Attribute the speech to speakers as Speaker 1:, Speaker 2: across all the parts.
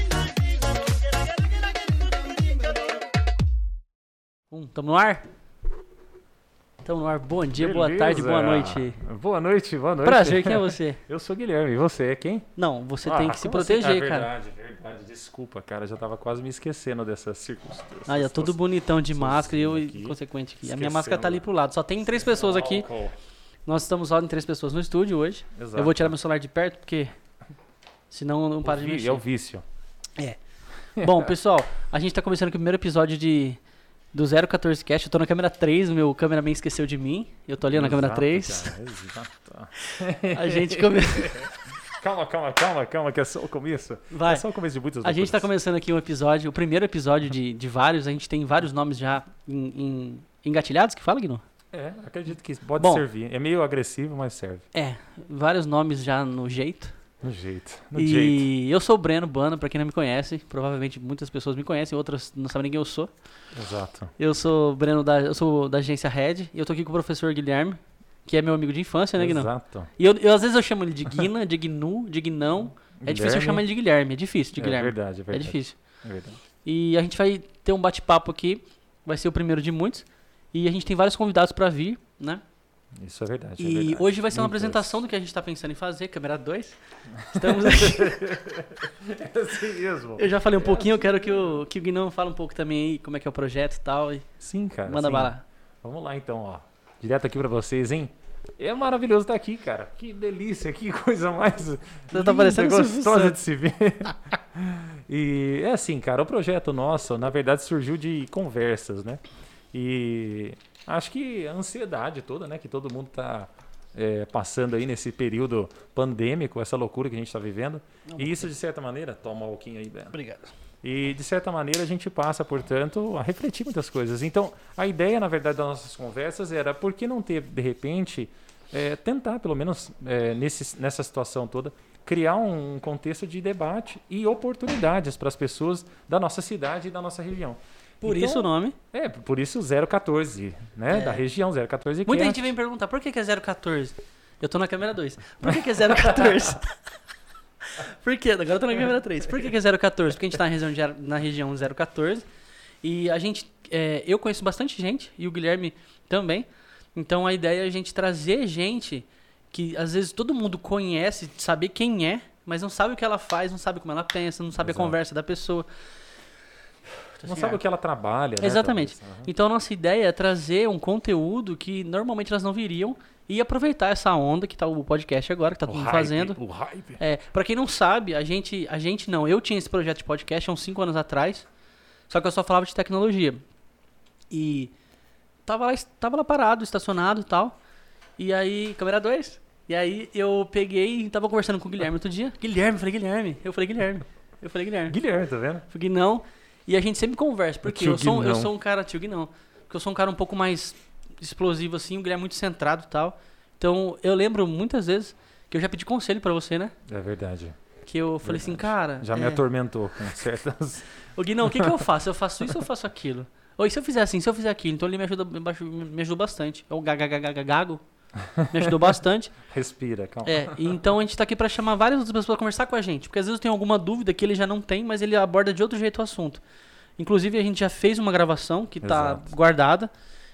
Speaker 1: Estamos Hum, no ar? Estamos no ar. Bom dia, boa
Speaker 2: Beleza.
Speaker 1: tarde, boa noite.
Speaker 2: Boa noite, boa noite.
Speaker 1: Prazer, quem é você?
Speaker 2: Eu sou o Guilherme, e você é quem?
Speaker 1: Não, você
Speaker 2: Ah,
Speaker 1: tem que se
Speaker 2: como
Speaker 1: proteger,
Speaker 2: assim? Ah,
Speaker 1: cara.
Speaker 2: Verdade, verdade, desculpa, cara, já tava quase me esquecendo dessas circunstâncias.
Speaker 1: Ah, eu todo bonitão de
Speaker 2: Essas
Speaker 1: máscara e eu
Speaker 2: coisas aqui.
Speaker 1: inconsequente aqui. A minha
Speaker 2: Esquecendo.
Speaker 1: máscara tá ali pro lado. Só tem três pessoas aqui.
Speaker 2: Álcool.
Speaker 1: Nós estamos só em três pessoas no estúdio hoje.
Speaker 2: Exato.
Speaker 1: Eu vou tirar meu celular de perto porque senão eu não paro de
Speaker 2: Vi-
Speaker 1: mexer. É.
Speaker 2: É o vício.
Speaker 1: Bom, pessoal, a gente tá começando aqui o primeiro episódio de do 014 Cast. Eu tô na câmera 3, o meu cameraman esqueceu de mim. Eu tô ali na câmera
Speaker 2: Exato,
Speaker 1: 3.
Speaker 2: cara, exato.
Speaker 1: A gente come...
Speaker 2: Calma, calma, calma, calma, que é só o começo.
Speaker 1: Vai.
Speaker 2: É só o começo de muitas
Speaker 1: A gente tá
Speaker 2: loucuras.
Speaker 1: começando aqui um episódio, o primeiro episódio de, de vários. A gente tem vários nomes já em, em- engatilhados, que fala, Guino?
Speaker 2: É, acredito que pode
Speaker 1: Bom.
Speaker 2: servir. É meio agressivo, mas serve.
Speaker 1: É, vários nomes já no jeito.
Speaker 2: No jeito, no
Speaker 1: e
Speaker 2: jeito.
Speaker 1: eu sou o Breno Bano, pra quem não me conhece, provavelmente muitas pessoas me conhecem, outras não sabem nem quem eu sou.
Speaker 2: Exato.
Speaker 1: Eu sou o Breno da, eu sou da agência Red e eu tô aqui com o professor Guilherme, que é meu amigo de infância, né, Guino?
Speaker 2: Exato.
Speaker 1: E eu, eu, às vezes eu chamo ele de Guina, de Gnu, de Guinão. É difícil eu
Speaker 2: Guilherme.
Speaker 1: chamar ele de Guilherme, é difícil de
Speaker 2: É
Speaker 1: Guilherme.
Speaker 2: verdade, é
Speaker 1: é
Speaker 2: verdade.
Speaker 1: difícil.
Speaker 2: é verdade.
Speaker 1: E a gente vai ter um bate-papo aqui, vai ser o primeiro de muitos. E a gente tem vários convidados pra vir, né?
Speaker 2: Isso é verdade. é
Speaker 1: e
Speaker 2: verdade.
Speaker 1: hoje vai ser uma
Speaker 2: Muitas.
Speaker 1: apresentação do que a gente tá pensando em fazer, câmera 2. Estamos aqui.
Speaker 2: É assim mesmo.
Speaker 1: Eu já falei um pouquinho, eu quero que o, que o Guinão fale um pouco também aí, como é que é o projeto e tal. E
Speaker 2: Sim, cara.
Speaker 1: manda
Speaker 2: sim.
Speaker 1: bala.
Speaker 2: Vamos lá então, ó. Direto aqui pra vocês, hein? É maravilhoso estar aqui, cara. Que delícia, que coisa mais linda,
Speaker 1: tá parecendo o Silvio
Speaker 2: gostosa
Speaker 1: Santos.
Speaker 2: de se ver. e é assim, cara, o projeto nosso, na verdade, surgiu de conversas, né? E acho que a ansiedade toda, né, que todo mundo tá é, passando aí nesse período pandêmico, essa loucura que a gente tá vivendo. e isso, de certa maneira, toma um pouquinho aí, Bento.
Speaker 1: Obrigado.
Speaker 2: E, de certa maneira, a gente passa, portanto, a refletir muitas coisas. Então, a ideia, na verdade, das nossas conversas era por que não ter, de repente, eh, tentar, pelo menos eh, nesse, nessa situação toda, criar um contexto de debate e oportunidades para as pessoas da nossa cidade e da nossa região.
Speaker 1: Por
Speaker 2: Então,
Speaker 1: isso o nome.
Speaker 2: É, por isso 014, né?
Speaker 1: É.
Speaker 2: Da região 014.
Speaker 1: Muita
Speaker 2: que é-
Speaker 1: gente vem me perguntar, por que, que é 014? Eu tô na câmera 2. Por que, que é 014? por quê? Agora eu tô na câmera 3. Por que, que é 014? Porque a gente tá na região, de, na região 014. E a gente. é, eu conheço bastante gente, e o Guilherme também. Então a ideia é a gente trazer gente que às vezes todo mundo conhece, saber quem é, mas não sabe o que ela faz, não sabe como ela pensa, não sabe
Speaker 2: Exato.
Speaker 1: a conversa da pessoa. Tô
Speaker 2: Não
Speaker 1: sem
Speaker 2: sabe
Speaker 1: ar.
Speaker 2: o que ela trabalha, né,
Speaker 1: Exatamente.
Speaker 2: talvez. Aham.
Speaker 1: Então a nossa ideia é trazer um conteúdo que normalmente elas não viriam e aproveitar essa onda que tá o podcast agora, que tá todo
Speaker 2: O
Speaker 1: mundo
Speaker 2: hype,
Speaker 1: fazendo.
Speaker 2: O hype.
Speaker 1: É, para quem não sabe, a gente, a gente não, eu tinha esse projeto de podcast há uns 5 anos atrás, só que eu só falava de tecnologia. E tava lá, tava lá parado, estacionado e tal. E aí, câmera 2. E aí eu peguei e tava conversando com o Guilherme outro dia. Guilherme, eu falei Guilherme. Eu falei Guilherme. Eu falei Guilherme.
Speaker 2: Guilherme, tá vendo?
Speaker 1: Pro Guinão. E a gente sempre conversa, porque
Speaker 2: Tio
Speaker 1: eu sou, eu
Speaker 2: Guinão.
Speaker 1: sou um cara, tio Guinão, porque eu sou um cara um pouco mais explosivo, assim, o Guilherme é muito centrado e tal. Então, eu lembro muitas vezes que eu já pedi conselho pra você, né?
Speaker 2: É verdade.
Speaker 1: Que eu falei assim, cara.
Speaker 2: Já me
Speaker 1: é,
Speaker 2: atormentou com certas
Speaker 1: Ô, Guinão, o que, que eu faço? Eu faço isso ou eu faço aquilo? Ou e se eu fizer assim, se eu fizer aquilo? Então ele me ajuda, me baju- me ajudou bastante. É o gagagagagago. Me ajudou bastante.
Speaker 2: Respira, calma.
Speaker 1: É, e então a gente tá aqui pra chamar várias outras pessoas pra conversar com a gente, porque às vezes eu tenho alguma dúvida que ele já não tem, mas ele aborda de outro jeito o assunto. Inclusive a gente já fez uma gravação que tá
Speaker 2: Exato.
Speaker 1: guardada,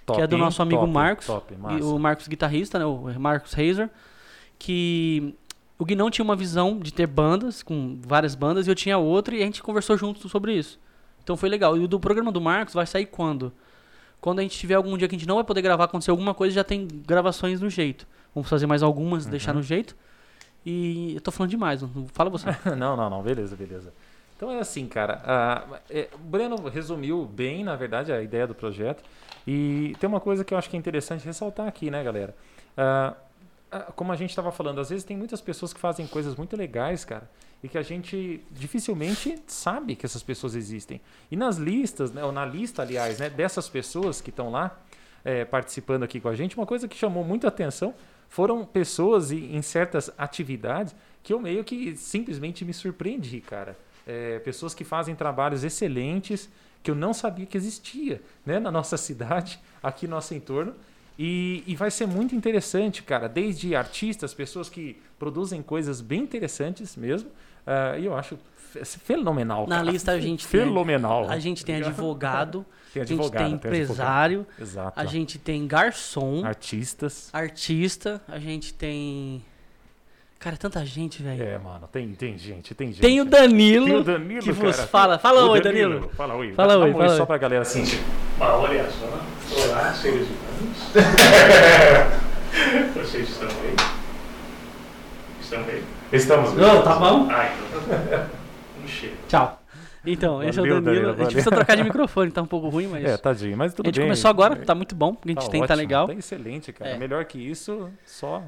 Speaker 1: que é do
Speaker 2: hein?
Speaker 1: nosso amigo
Speaker 2: Top,
Speaker 1: Marcos,
Speaker 2: Top,
Speaker 1: e
Speaker 2: massa.
Speaker 1: o Marcos guitarrista, né, o Marcos Hazer, que o Guinão tinha uma visão de ter bandas, com várias bandas, e eu tinha outra, e a gente conversou junto sobre isso. Então foi legal. E o do programa do Marcos vai sair quando? Quando a gente tiver algum dia que a gente não vai poder gravar, acontecer alguma coisa, já tem gravações no jeito. Vamos fazer mais algumas, deixar
Speaker 2: Uhum.
Speaker 1: no jeito. E eu tô falando demais, não- fala você.
Speaker 2: Não, não, não, beleza, beleza. Então é assim, cara. ah, é, o Breno resumiu bem, na verdade, a ideia do projeto. E tem uma coisa que eu acho que é interessante ressaltar aqui, né, galera? Ah, ah, como a gente estava falando, às vezes tem muitas pessoas que fazem coisas muito legais, cara, e que a gente dificilmente sabe que essas pessoas existem. E nas listas, né, ou na lista, aliás, né, dessas pessoas que estão lá eh, participando aqui com a gente, uma coisa que chamou muita atenção foram pessoas e- em certas atividades que eu meio que simplesmente me surpreendi, cara. É, pessoas que fazem trabalhos excelentes que eu não sabia que existia, né, na nossa cidade, aqui no nosso entorno. E, e vai ser muito interessante, cara. Desde artistas, pessoas que produzem coisas bem interessantes mesmo, Ah, e eu acho fe- fenomenal.
Speaker 1: Na
Speaker 2: cara.
Speaker 1: lista a gente tem-
Speaker 2: Fenomenal. né?
Speaker 1: A gente tem advogado,
Speaker 2: Tem
Speaker 1: a gente
Speaker 2: advogado, Tá.
Speaker 1: tem
Speaker 2: advogado.
Speaker 1: empresário,
Speaker 2: Exato.
Speaker 1: a gente tem garçom,
Speaker 2: Artistas.
Speaker 1: artista, a gente tem. Cara, é tanta gente, velho.
Speaker 2: É, mano, tem, tem gente, tem gente.
Speaker 1: Tem o Danilo,
Speaker 2: Tem o Danilo,
Speaker 1: que
Speaker 2: cara.
Speaker 1: vos fala. Fala
Speaker 2: Ô,
Speaker 1: oi, Danilo.
Speaker 2: Fala oi.
Speaker 1: Fala
Speaker 2: Dá um
Speaker 1: oi, fala
Speaker 2: só
Speaker 1: oi.
Speaker 2: pra galera assim.
Speaker 3: Uma olha só, olá seres humanos. Vocês estão aí? Estão aí?
Speaker 2: Estamos.
Speaker 1: Ô, tá bom?
Speaker 3: Ah, então. Um cheiro.
Speaker 1: Tchau. Então, esse é o
Speaker 2: Valeu,
Speaker 1: Danilo.
Speaker 2: Danilo,
Speaker 1: a gente
Speaker 2: valeu.
Speaker 1: precisa trocar de microfone, tá um pouco ruim, mas.
Speaker 2: É, tadinho, mas tudo
Speaker 1: a gente
Speaker 2: bem.
Speaker 1: começou agora, tá muito bom. A gente tem, tá
Speaker 2: ótimo,
Speaker 1: legal.
Speaker 2: Tá excelente, cara.
Speaker 1: É.
Speaker 2: Melhor que isso, só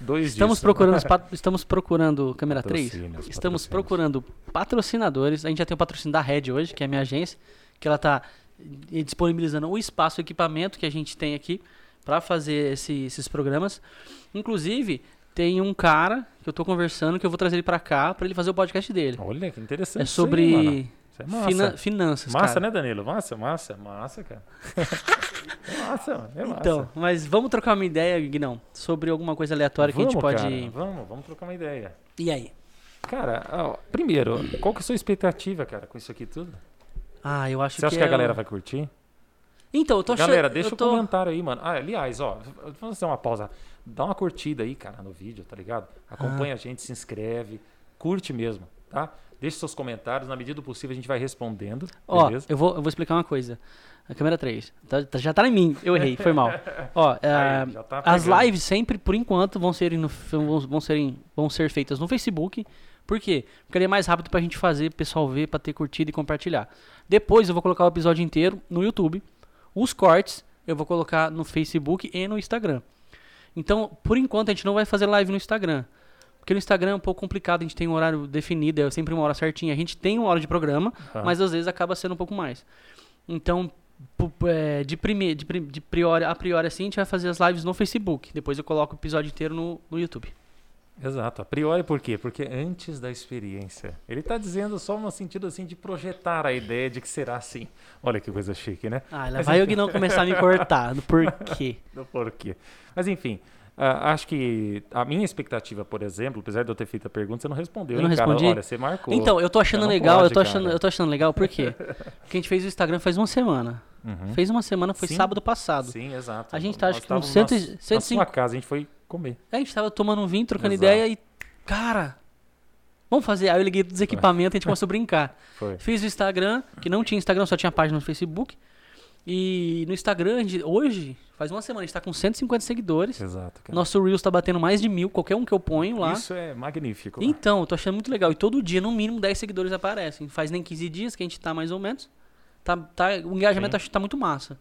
Speaker 2: dois
Speaker 1: Estamos
Speaker 2: disso.
Speaker 1: procurando, os pat- estamos procurando
Speaker 2: Tá
Speaker 1: câmera 3.
Speaker 2: Patrocínios,
Speaker 1: Estamos
Speaker 2: patrocínios.
Speaker 1: procurando patrocinadores. A gente já tem o patrocínio da Red hoje, que é a minha agência, que ela está disponibilizando o espaço, o equipamento que a gente tem aqui para fazer esse- esses programas. Inclusive, tem um cara que eu tô conversando que eu vou trazer ele para cá para ele fazer o podcast dele.
Speaker 2: Olha, que interessante.
Speaker 1: É
Speaker 2: isso aí, mano.
Speaker 1: sobre
Speaker 2: Isso é massa.
Speaker 1: fina- finanças,
Speaker 2: Massa,
Speaker 1: cara.
Speaker 2: né, Danilo? Massa, massa, massa, cara. é massa, mano. É massa.
Speaker 1: Então, mas vamos trocar uma ideia, Guinão, sobre alguma coisa aleatória que a gente
Speaker 2: Vamos,
Speaker 1: pode.
Speaker 2: cara, vamos, vamos trocar uma ideia.
Speaker 1: E aí?
Speaker 2: Cara, ó, primeiro, qual que é a sua expectativa, cara, com isso aqui tudo?
Speaker 1: Ah, eu acho
Speaker 2: Você acha
Speaker 1: que
Speaker 2: que a
Speaker 1: é
Speaker 2: galera
Speaker 1: o-
Speaker 2: vai curtir?
Speaker 1: Então, eu tô achando.
Speaker 2: Galera, deixa
Speaker 1: eu tô...
Speaker 2: o comentário aí, mano. Ah, aliás, ó, vamos fazer uma pausa. Dá uma curtida aí, cara, no vídeo, tá ligado?
Speaker 1: Ah.
Speaker 2: Acompanha a gente, se inscreve, curte mesmo, tá? Deixe seus comentários, na medida do possível a gente vai respondendo,
Speaker 1: Ó,
Speaker 2: beleza?
Speaker 1: eu vou, eu vou explicar uma coisa. A câmera 3. tá- tá- já tá em mim, eu errei, foi mal. Ó, é,
Speaker 2: já tá
Speaker 1: as
Speaker 2: pegando.
Speaker 1: lives sempre, por enquanto, vão serem no- vão, vão serem, vão ser feitas no Facebook. Por quê? Porque ele é mais rápido pra gente fazer, o pessoal ver, pra ter curtido e compartilhar. Depois eu vou colocar o episódio inteiro no YouTube. Os cortes eu vou colocar no Facebook e no Instagram. Então, por enquanto, a gente não vai fazer live no Instagram. Porque no Instagram é um pouco complicado, a gente tem um horário definido, é sempre uma hora certinha. A gente tem uma hora de programa,
Speaker 2: Aham.
Speaker 1: mas às vezes acaba sendo um pouco mais. Então, pu- é, de, prime, de, pri- de priori, a priori assim, a gente vai fazer as lives no Facebook. Depois eu coloco o episódio inteiro no, no YouTube.
Speaker 2: Exato. A priori por quê? Porque antes da experiência. Ele tá dizendo só no sentido assim de projetar a ideia de que será assim. Olha que coisa chique, né?
Speaker 1: Ah, lá vai o Guinão começar a me cortar. do porquê?
Speaker 2: do porquê. Mas enfim, ah, acho que a minha expectativa, por exemplo, apesar de eu ter feito a pergunta, você não respondeu.
Speaker 1: Eu não
Speaker 2: hein, cara?
Speaker 1: respondi?
Speaker 2: Olha, você marcou.
Speaker 1: Então, eu tô achando
Speaker 2: Não
Speaker 1: legal, eu
Speaker 2: pode,
Speaker 1: tô achando,
Speaker 2: cara.
Speaker 1: eu tô achando legal, por quê? Porque a gente fez o Instagram faz uma semana.
Speaker 2: Uhum.
Speaker 1: Fez uma semana, foi
Speaker 2: Sim.
Speaker 1: sábado passado.
Speaker 2: Sim, exato.
Speaker 1: A gente tá,
Speaker 2: Nós
Speaker 1: acho que com
Speaker 2: estávamos
Speaker 1: 100 e-
Speaker 2: na, na
Speaker 1: 105.
Speaker 2: sua casa, a gente foi comer.
Speaker 1: Aí a gente tava tomando um vinho, trocando
Speaker 2: Exato.
Speaker 1: ideia e. Cara, vamos fazer. Aí eu liguei dos equipamentos e a gente começou a brincar.
Speaker 2: Foi.
Speaker 1: Fiz o Instagram, que não tinha Instagram, só tinha página no Facebook. E no Instagram, a gente- hoje, faz uma semana, a gente tá com 150 seguidores.
Speaker 2: Exato. cara.
Speaker 1: Nosso Reels tá batendo mais de mil, qualquer um que eu ponho lá.
Speaker 2: Isso é magnífico.
Speaker 1: Então, eu tô achando muito legal. E todo dia, no mínimo, 10 seguidores aparecem. Faz nem 15 dias que a gente tá mais ou menos. Tá, tá- o engajamento acho que tá muito massa.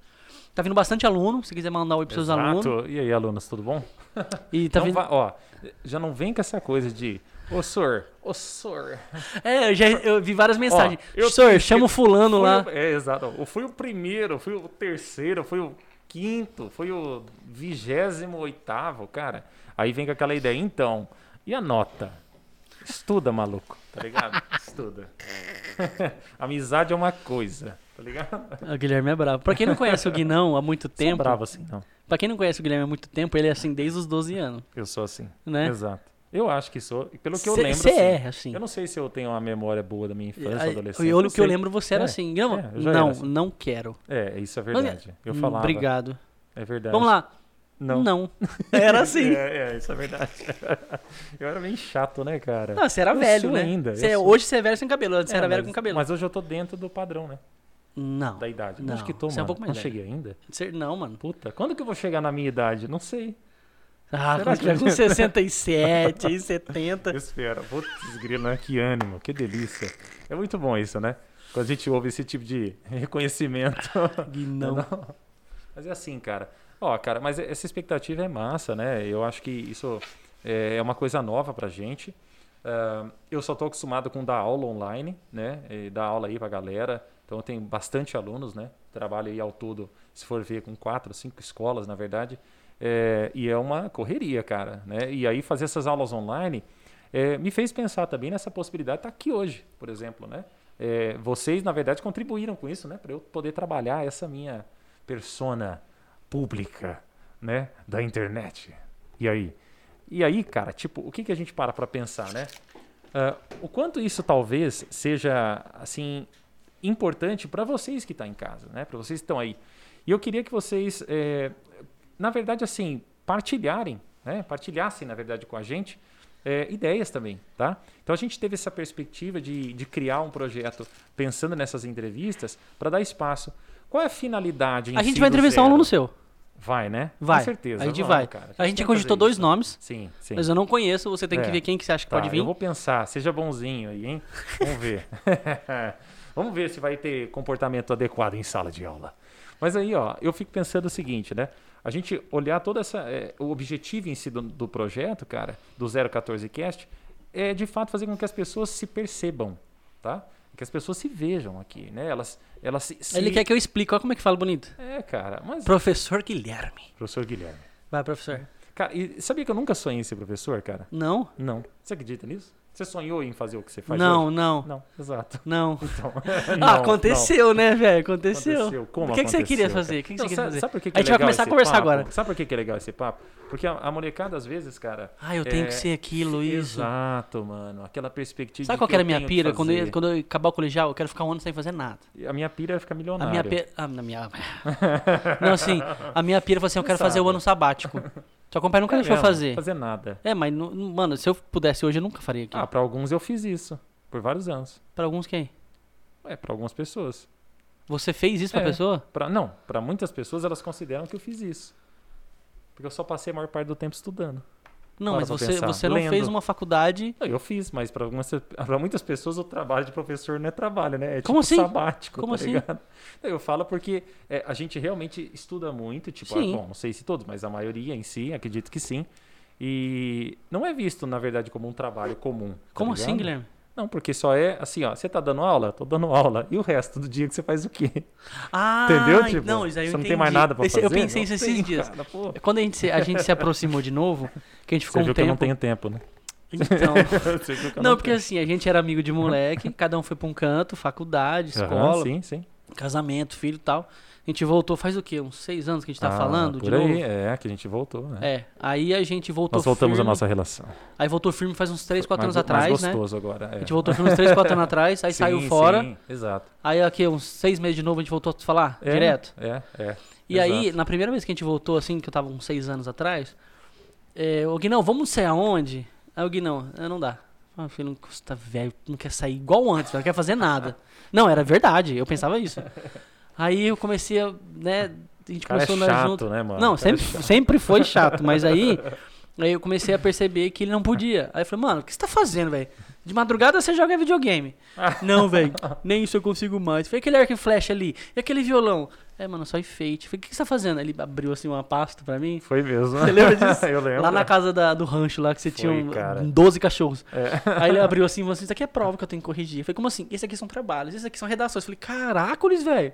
Speaker 1: Tá vindo bastante aluno, se quiser mandar oi pros seus
Speaker 2: Exato.
Speaker 1: alunos.
Speaker 2: E aí, alunos, tudo bom?
Speaker 1: E tá
Speaker 2: Não
Speaker 1: vindo...
Speaker 2: vá- ó, já não vem com essa coisa de. Ô, senhor, ô, senhor.
Speaker 1: É, eu já eu vi várias mensagens.
Speaker 2: eu-
Speaker 1: Senhor, chama o fulano
Speaker 2: Fui
Speaker 1: lá.
Speaker 2: o- é, exato. Eu fui o primeiro, eu fui o terceiro, eu fui o quinto, fui o vigésimo oitavo, cara. Aí vem com aquela ideia, então, e a nota? Estuda, maluco, tá ligado? Estuda. Amizade é uma coisa, tá ligado?
Speaker 1: O Guilherme é bravo. Pra quem não conhece o Guinão há muito
Speaker 2: Sou
Speaker 1: tempo.
Speaker 2: bravo assim, não.
Speaker 1: Pra quem não conhece o Guilherme há muito tempo, ele é assim desde os 12 anos,
Speaker 2: Eu sou assim.
Speaker 1: né?
Speaker 2: Exato. Eu acho que sou, e pelo que eu
Speaker 1: Cê-
Speaker 2: lembro.
Speaker 1: cê
Speaker 2: assim,
Speaker 1: é, assim.
Speaker 2: Eu não sei se eu tenho uma memória boa da minha infância,
Speaker 1: Aí,
Speaker 2: adolescência.
Speaker 1: eu-
Speaker 2: não
Speaker 1: o que eu
Speaker 2: sei.
Speaker 1: lembro, você era
Speaker 2: É,
Speaker 1: assim. Guilherme,
Speaker 2: é, eu já era
Speaker 1: não,
Speaker 2: assim.
Speaker 1: não quero.
Speaker 2: É, isso é
Speaker 1: Olha,
Speaker 2: verdade. Eu
Speaker 1: hum,
Speaker 2: falava.
Speaker 1: Obrigado.
Speaker 2: É verdade.
Speaker 1: Vamos lá.
Speaker 2: Não.
Speaker 1: Não. Era assim.
Speaker 2: É, é, isso é verdade. Eu era bem chato, né, cara?
Speaker 1: Ah, você era
Speaker 2: Eu
Speaker 1: velho,
Speaker 2: sou
Speaker 1: né?
Speaker 2: ainda, eu
Speaker 1: Você-
Speaker 2: sou.
Speaker 1: Hoje você é velho sem cabelo, antes você
Speaker 2: É,
Speaker 1: era velho
Speaker 2: mas-
Speaker 1: com cabelo.
Speaker 2: Mas hoje eu tô dentro do padrão, né?
Speaker 1: Não.
Speaker 2: Da idade.
Speaker 1: Não,
Speaker 2: Acho que tô,
Speaker 1: você é um
Speaker 2: mano.
Speaker 1: pouco mais
Speaker 2: não
Speaker 1: velho.
Speaker 2: cheguei ainda.
Speaker 1: Você- Não, mano.
Speaker 2: Puta, quando que eu vou chegar na minha idade? Não sei.
Speaker 1: Ah,
Speaker 2: Será
Speaker 1: quando
Speaker 2: que-
Speaker 1: tiver com 67, aí 70.
Speaker 2: Espera. Putz, grilo, né? Que ânimo, que delícia. É muito bom isso, né? Quando a gente ouve esse tipo de reconhecimento.
Speaker 1: Guinão.
Speaker 2: Não. Mas é assim, cara. Ó, cara, mas essa expectativa é massa, né? Eu acho que isso é é uma coisa nova pra gente. Ah, eu só tô acostumado com dar aula online, né? E dar aula aí pra galera. Então eu tenho bastante alunos, né? Trabalho aí ao todo, se for ver, com quatro, cinco escolas, na verdade. É, e é uma correria, cara, né? E aí fazer essas aulas online é, me fez pensar também nessa possibilidade de estar aqui hoje, por exemplo, né? É, vocês, na verdade, contribuíram com isso, né? Para eu poder trabalhar essa minha persona pública, né? Da internet. E aí? E aí, cara, tipo, o que, que a gente para pra pensar, né? Ah, o quanto isso talvez seja assim importante para vocês que estão em casa, né? Para vocês que estão aí. E eu queria que vocês, eh, na verdade, assim, partilharem, né? Partilhassem, na verdade, com a gente eh, ideias também, tá? Então a gente teve essa perspectiva de, de criar um projeto pensando nessas entrevistas para dar espaço. Qual é a finalidade? Em
Speaker 1: A
Speaker 2: si
Speaker 1: gente vai
Speaker 2: do
Speaker 1: entrevistar um
Speaker 2: Zero?
Speaker 1: aluno seu.
Speaker 2: Vai, né?
Speaker 1: Vai.
Speaker 2: Com certeza.
Speaker 1: A gente
Speaker 2: vamos,
Speaker 1: vai.
Speaker 2: cara.
Speaker 1: A gente
Speaker 2: tem que
Speaker 1: cogitou
Speaker 2: fazer
Speaker 1: dois
Speaker 2: isso.
Speaker 1: nomes,
Speaker 2: Sim, sim.
Speaker 1: mas eu não conheço. Você tem que
Speaker 2: É.
Speaker 1: ver quem que você acha que
Speaker 2: Tá,
Speaker 1: pode vir.
Speaker 2: Eu vou pensar, seja bonzinho aí, hein? Vamos ver. Vamos ver se vai ter comportamento adequado em sala de aula. Mas aí, ó, eu fico pensando o seguinte, né? A gente olhar toda essa. é, o objetivo em si do, do projeto, cara, do 014Cast, é de fato fazer com que as pessoas se percebam, tá? Que as pessoas se vejam aqui, né? Elas, elas se. se-
Speaker 1: Ele quer que eu explique. Olha como é que fala bonito.
Speaker 2: É, cara, mas.
Speaker 1: Professor Guilherme.
Speaker 2: Professor Guilherme.
Speaker 1: Vai, professor.
Speaker 2: Cara, e sabia que eu nunca sonhei em ser professor, cara?
Speaker 1: Não?
Speaker 2: Não. Você acredita nisso? Você sonhou em fazer o que você faz hoje?
Speaker 1: não, não,
Speaker 2: Não, exato.
Speaker 1: não.
Speaker 2: Então,
Speaker 1: ah,
Speaker 2: não,
Speaker 1: aconteceu, né, velho? Aconteceu.
Speaker 2: Aconteceu. Como
Speaker 1: o que, que você
Speaker 2: aconteceu,
Speaker 1: queria
Speaker 2: cara?
Speaker 1: fazer? O que, que
Speaker 2: Não,
Speaker 1: você queria
Speaker 2: sabe,
Speaker 1: fazer?
Speaker 2: sabe por que que
Speaker 1: A
Speaker 2: é
Speaker 1: gente vai
Speaker 2: legal
Speaker 1: começar a
Speaker 2: esse
Speaker 1: conversar
Speaker 2: papo?
Speaker 1: agora.
Speaker 2: Sabe por que que é legal esse papo? Porque a, a molecada, às vezes, cara.
Speaker 1: Ah, eu tenho
Speaker 2: é,
Speaker 1: que ser aquilo, isso.
Speaker 2: Exato, mano. Aquela perspectiva.
Speaker 1: Sabe
Speaker 2: de
Speaker 1: qual que
Speaker 2: eu
Speaker 1: era a minha
Speaker 2: tenho que
Speaker 1: pira? Quando eu,
Speaker 2: fazer.
Speaker 1: quando eu acabar o colegial, eu quero ficar um ano sem fazer nada.
Speaker 2: A minha pira é ficar
Speaker 1: A
Speaker 2: milionário.
Speaker 1: minha pira. Ah, na minha. Não, assim, a minha pira foi assim: eu quero fazer o ano sabático. Só que o pai nunca
Speaker 2: É
Speaker 1: deixou
Speaker 2: mesmo,
Speaker 1: fazer.
Speaker 2: Fazer nada.
Speaker 1: É, mas, não- não- mano, se eu pudesse hoje, eu nunca faria aqui.
Speaker 2: Ah, pra alguns eu fiz isso. Por vários anos.
Speaker 1: Pra alguns, quem?
Speaker 2: É, pra algumas pessoas.
Speaker 1: Você fez isso pra
Speaker 2: É.
Speaker 1: pessoa?
Speaker 2: Pra, não, pra muitas pessoas elas consideram que eu fiz isso. Porque eu só passei a maior parte do tempo estudando.
Speaker 1: Não,
Speaker 2: Para
Speaker 1: mas
Speaker 2: pra
Speaker 1: você,
Speaker 2: pensar.
Speaker 1: você não
Speaker 2: Lendo. Tá
Speaker 1: fez uma faculdade.
Speaker 2: Não, Eu fiz, mas pra, algumas, pra muitas pessoas o trabalho de professor não é trabalho, né? É
Speaker 1: Como
Speaker 2: tipo
Speaker 1: assim?
Speaker 2: sabático,
Speaker 1: Como
Speaker 2: tá
Speaker 1: assim?
Speaker 2: ligado? Eu falo porque é, a gente realmente estuda muito, tipo, ah,
Speaker 1: Sim.
Speaker 2: bom, não sei se todos, mas a maioria em si, acredito que sim. E não é visto, na verdade, como um trabalho comum. tá
Speaker 1: Como assim,
Speaker 2: ligado?
Speaker 1: Guilherme?
Speaker 2: Não, porque só é assim, ó, você tá dando aula? Tô dando aula. E o resto do dia que você faz o quê?
Speaker 1: Ah,
Speaker 2: Entendeu? Tipo,
Speaker 1: não, isso aí eu
Speaker 2: você não tem
Speaker 1: entendi.
Speaker 2: mais nada pra
Speaker 1: Esse-
Speaker 2: fazer?
Speaker 1: Eu pensei
Speaker 2: Não
Speaker 1: isso
Speaker 2: tem,
Speaker 1: esses dias.
Speaker 2: cara, pô.
Speaker 1: Quando a gente, se, a gente se aproximou de novo, que a gente ficou
Speaker 2: Você viu
Speaker 1: um
Speaker 2: que eu não
Speaker 1: tempo.
Speaker 2: tenho tempo, né?
Speaker 1: Então.
Speaker 2: Você viu que eu
Speaker 1: Não,
Speaker 2: não
Speaker 1: porque
Speaker 2: tenho.
Speaker 1: assim, a gente era amigo de moleque, cada um foi pra um canto, faculdade,
Speaker 2: Aham,
Speaker 1: escola,
Speaker 2: sim, sim.
Speaker 1: casamento, filho e tal. A gente voltou faz o quê? Uns seis anos que a gente tá
Speaker 2: Ah,
Speaker 1: falando
Speaker 2: por
Speaker 1: de
Speaker 2: aí,
Speaker 1: novo?
Speaker 2: É, que a gente voltou, né?
Speaker 1: É. Aí a gente voltou
Speaker 2: Nós voltamos à
Speaker 1: firme.
Speaker 2: nossa relação.
Speaker 1: Aí voltou firme faz uns 3, 4
Speaker 2: Mais-
Speaker 1: anos
Speaker 2: mais
Speaker 1: atrás, né?
Speaker 2: gostoso agora. é.
Speaker 1: A gente voltou firme uns 3, 4 anos atrás, aí saiu fora.
Speaker 2: exato.
Speaker 1: Aí aqui, uns seis meses de novo, a gente voltou a falar
Speaker 2: É,
Speaker 1: direto.
Speaker 2: É, é.
Speaker 1: E aí, na primeira vez que a gente voltou, assim, que eu tava uns seis anos atrás, é, o Guinão, vamos não sei aonde? Aí o Guinão, "Ah, não dá. Ah, filho, você tá velho, não quer sair igual antes, não quer fazer nada. Não, era verdade, eu pensava isso. Aí eu comecei a, né, a gente
Speaker 2: o cara é
Speaker 1: começou a andar
Speaker 2: chato,
Speaker 1: junto.
Speaker 2: né, mano?
Speaker 1: Não,
Speaker 2: O cara é
Speaker 1: sempre,
Speaker 2: chato.
Speaker 1: sempre foi chato, mas aí, aí eu comecei a perceber que ele não podia. Aí eu falei, mano, o que você tá fazendo, velho? De madrugada você joga videogame. não, velho, nem isso eu consigo mais. Foi aquele arco e flecha ali, e aquele violão. É, mano, só enfeite. Falei, o que que você tá fazendo? Ele abriu assim uma pasta pra mim.
Speaker 2: Foi mesmo.
Speaker 1: Você lembra disso?
Speaker 2: Eu lembro.
Speaker 1: Lá na casa da- do rancho lá que você
Speaker 2: Foi,
Speaker 1: tinha um,
Speaker 2: cara.
Speaker 1: 12 cachorros.
Speaker 2: É.
Speaker 1: Aí ele abriu assim e falou assim: Isso aqui é prova que eu tenho que corrigir. Eu falei, como assim? Isso aqui são trabalhos, isso aqui são redações. Eu falei, caracoles, velho.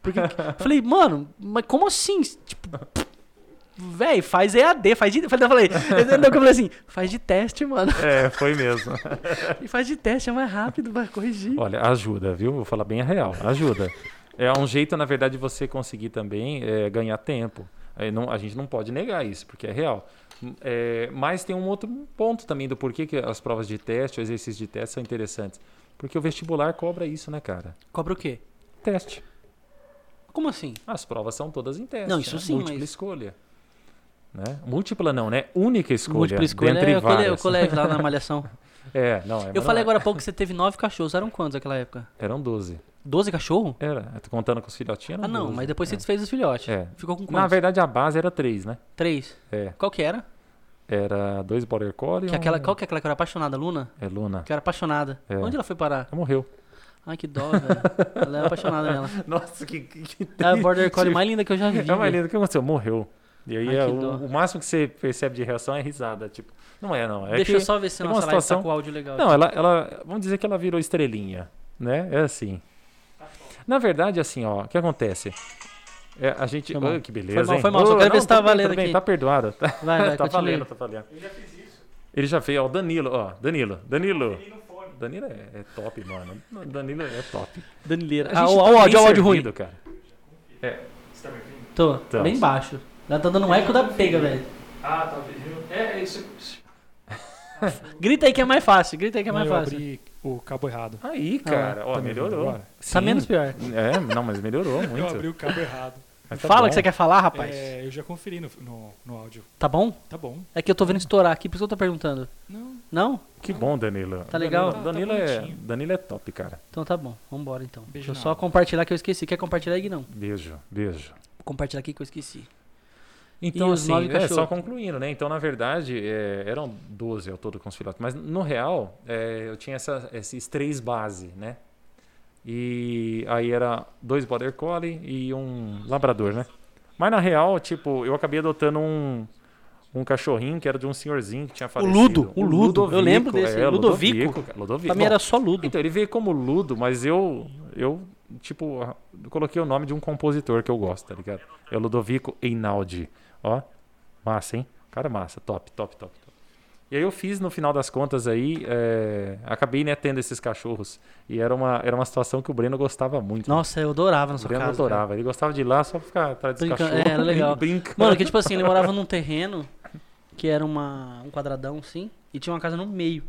Speaker 1: Porque eu falei, mano, mas como assim? Tipo, velho, faz EAD, faz de. Eu falei, entendeu? Eu falei assim: faz de teste, mano.
Speaker 2: É, foi mesmo.
Speaker 1: E faz de teste, é mais rápido, vai corrigir.
Speaker 2: Olha, ajuda, viu? Vou falar bem a real. Ajuda. É um jeito, na verdade, de você conseguir também é, ganhar tempo. Aí não- a gente não pode negar isso, porque é real. Hum, é, mas tem um outro ponto também do porquê que as provas de teste, os exercícios de teste são interessantes. Porque o vestibular cobra isso, né, cara?
Speaker 1: Cobra o quê?
Speaker 2: Teste.
Speaker 1: Como assim?
Speaker 2: As provas são todas em teste.
Speaker 1: Não, isso
Speaker 2: né?
Speaker 1: sim,
Speaker 2: Múltipla
Speaker 1: mas-
Speaker 2: escolha. Né? Múltipla não, né? Única escolha.
Speaker 1: Múltipla escolha
Speaker 2: dentre
Speaker 1: é o cole-
Speaker 2: várias.
Speaker 1: o colégio lá na Malhação.
Speaker 2: É, não, é, mas
Speaker 1: Eu
Speaker 2: não
Speaker 1: falei
Speaker 2: é.
Speaker 1: agora há pouco que você teve nove cachorros. Eram quantos naquela época?
Speaker 2: Eram 12.
Speaker 1: 12 cachorros?
Speaker 2: Era. Tô Contando com os filhotinhos, eram
Speaker 1: Ah, não,
Speaker 2: 12.
Speaker 1: mas depois você desfez os filhotes.
Speaker 2: É.
Speaker 1: Ficou com
Speaker 2: Na
Speaker 1: quantos?
Speaker 2: verdade, a base era 3, né?
Speaker 1: Três.
Speaker 2: É.
Speaker 1: Qual que era?
Speaker 2: Era dois Border Collie e
Speaker 1: Que
Speaker 2: um-
Speaker 1: aquela, qual que é aquela que eu era apaixonada, Luna?
Speaker 2: É Luna.
Speaker 1: Que eu era apaixonada.
Speaker 2: É.
Speaker 1: Onde ela foi parar?
Speaker 2: Ela morreu.
Speaker 1: Ai, que dó, velho. Ela era apaixonada nela.
Speaker 2: Nossa, que, que, que
Speaker 1: É a border collie
Speaker 2: triste.
Speaker 1: mais linda que eu já vi.
Speaker 2: É mais
Speaker 1: velho.
Speaker 2: lindo. O que aconteceu? Morreu. E aí
Speaker 1: Ai,
Speaker 2: é
Speaker 1: que
Speaker 2: o,
Speaker 1: dó.
Speaker 2: o máximo que você percebe de reação é risada. Tipo, não é, não. É
Speaker 1: Deixa
Speaker 2: que...
Speaker 1: eu só ver se
Speaker 2: é
Speaker 1: a
Speaker 2: uma
Speaker 1: nossa live tá
Speaker 2: situação-
Speaker 1: com o áudio legal.
Speaker 2: Não, ela, ela. Vamos dizer que ela virou estrelinha, né? É assim. Na verdade, assim, ó, o que acontece? É, a gente.
Speaker 1: Foi mal.
Speaker 2: Ai, que beleza.
Speaker 1: Foi mal,
Speaker 2: hein?
Speaker 1: foi mal, só
Speaker 2: Ô,
Speaker 1: quero ver se
Speaker 2: tudo
Speaker 1: tá
Speaker 2: bem,
Speaker 1: valendo
Speaker 2: tudo bem,
Speaker 1: aqui.
Speaker 2: Tá perdoado. Tá,
Speaker 1: Vai, vai,
Speaker 2: tá
Speaker 1: continue.
Speaker 2: valendo, tá valendo. Ele já fez, ó, o Danilo, ó. Danilo, Danilo.
Speaker 4: um
Speaker 2: Danilo é, é top, mano. Danilo é top.
Speaker 1: Danileira.
Speaker 2: A
Speaker 1: Ah,
Speaker 2: gente
Speaker 1: ó,
Speaker 2: tá
Speaker 1: ó o
Speaker 2: bem
Speaker 1: áudio, ó o áudio ruim.
Speaker 2: servido, Cara.
Speaker 1: Tô,
Speaker 2: Tá.
Speaker 1: bem baixo. Ela tá dando um eco da pega, velho.
Speaker 3: Ah, tá vendo? É, é isso.
Speaker 1: Grita aí que é mais fácil, grita aí que é
Speaker 4: Não,
Speaker 1: mais
Speaker 4: eu
Speaker 1: fácil.
Speaker 4: abri o cabo errado.
Speaker 2: Aí, cara, ó,
Speaker 4: tá melhorando
Speaker 2: melhorou.
Speaker 4: agora?
Speaker 1: Ah, Tá
Speaker 2: Sim.
Speaker 1: menos pior.
Speaker 2: É, não, mas melhorou muito.
Speaker 4: Eu abri o cabo errado.
Speaker 2: Mas tá
Speaker 1: Fala o
Speaker 2: bom.
Speaker 1: que você quer falar, rapaz.
Speaker 4: É, eu já conferi no, no, no áudio.
Speaker 1: Tá bom?
Speaker 4: Tá bom.
Speaker 1: É que eu tô vendo estourar aqui, por isso que eu tô perguntando.
Speaker 4: Não,
Speaker 1: Não?
Speaker 2: Que bom, Danilo.
Speaker 1: Tá legal?
Speaker 4: Tá- tá
Speaker 2: Danilo, é,
Speaker 4: bonitinho.
Speaker 2: Danilo é top, cara.
Speaker 1: Então tá bom, vambora então.
Speaker 4: Beijo
Speaker 1: Deixa eu
Speaker 4: na
Speaker 1: só
Speaker 4: alma.
Speaker 1: compartilhar que eu esqueci. Quer compartilhar, Igui? Não.
Speaker 2: Beijo, beijo.
Speaker 1: Compartilhar aqui que eu esqueci.
Speaker 2: Então,
Speaker 1: E os
Speaker 2: assim,
Speaker 1: nove
Speaker 2: é, só
Speaker 1: cachorros?
Speaker 2: concluindo, né? Então, na verdade, é, eram 12 ao todo com os filhotes. Mas, no real, é, eu tinha essa- esses três base, né? E aí era dois Border Collie e um Labrador, né? Mas, na real, tipo, eu acabei adotando um, um cachorrinho que era de um senhorzinho que tinha falecido.
Speaker 1: Ludo, o Ludo. Eu lembro desse,
Speaker 2: é,
Speaker 1: Ludovico.
Speaker 2: cara, Ludovico.
Speaker 1: Pra mim era só Ludo.
Speaker 2: Então, ele veio como Ludo, mas eu, eu tipo, ah, coloquei o nome de um compositor que eu gosto, tá ligado? É o Ludovico Einaudi. Ó, massa, hein? Cara, massa. Top, top, top. top. E aí eu fiz, no final das contas, aí, é, acabei, né, tendo esses cachorros. E era uma, era uma situação que o Breno gostava muito.
Speaker 1: Nossa, eu adorava na
Speaker 2: o
Speaker 1: sua
Speaker 2: Breno
Speaker 1: casa. cara.
Speaker 2: adorava. Ele gostava de ir lá só pra ficar atrás dos
Speaker 1: Brincando,
Speaker 2: cachorros.
Speaker 1: é, era legal.
Speaker 2: Brinca.
Speaker 1: Mano, que tipo assim, ele morava num terreno que era uma, um quadradão assim, e tinha uma casa no meio.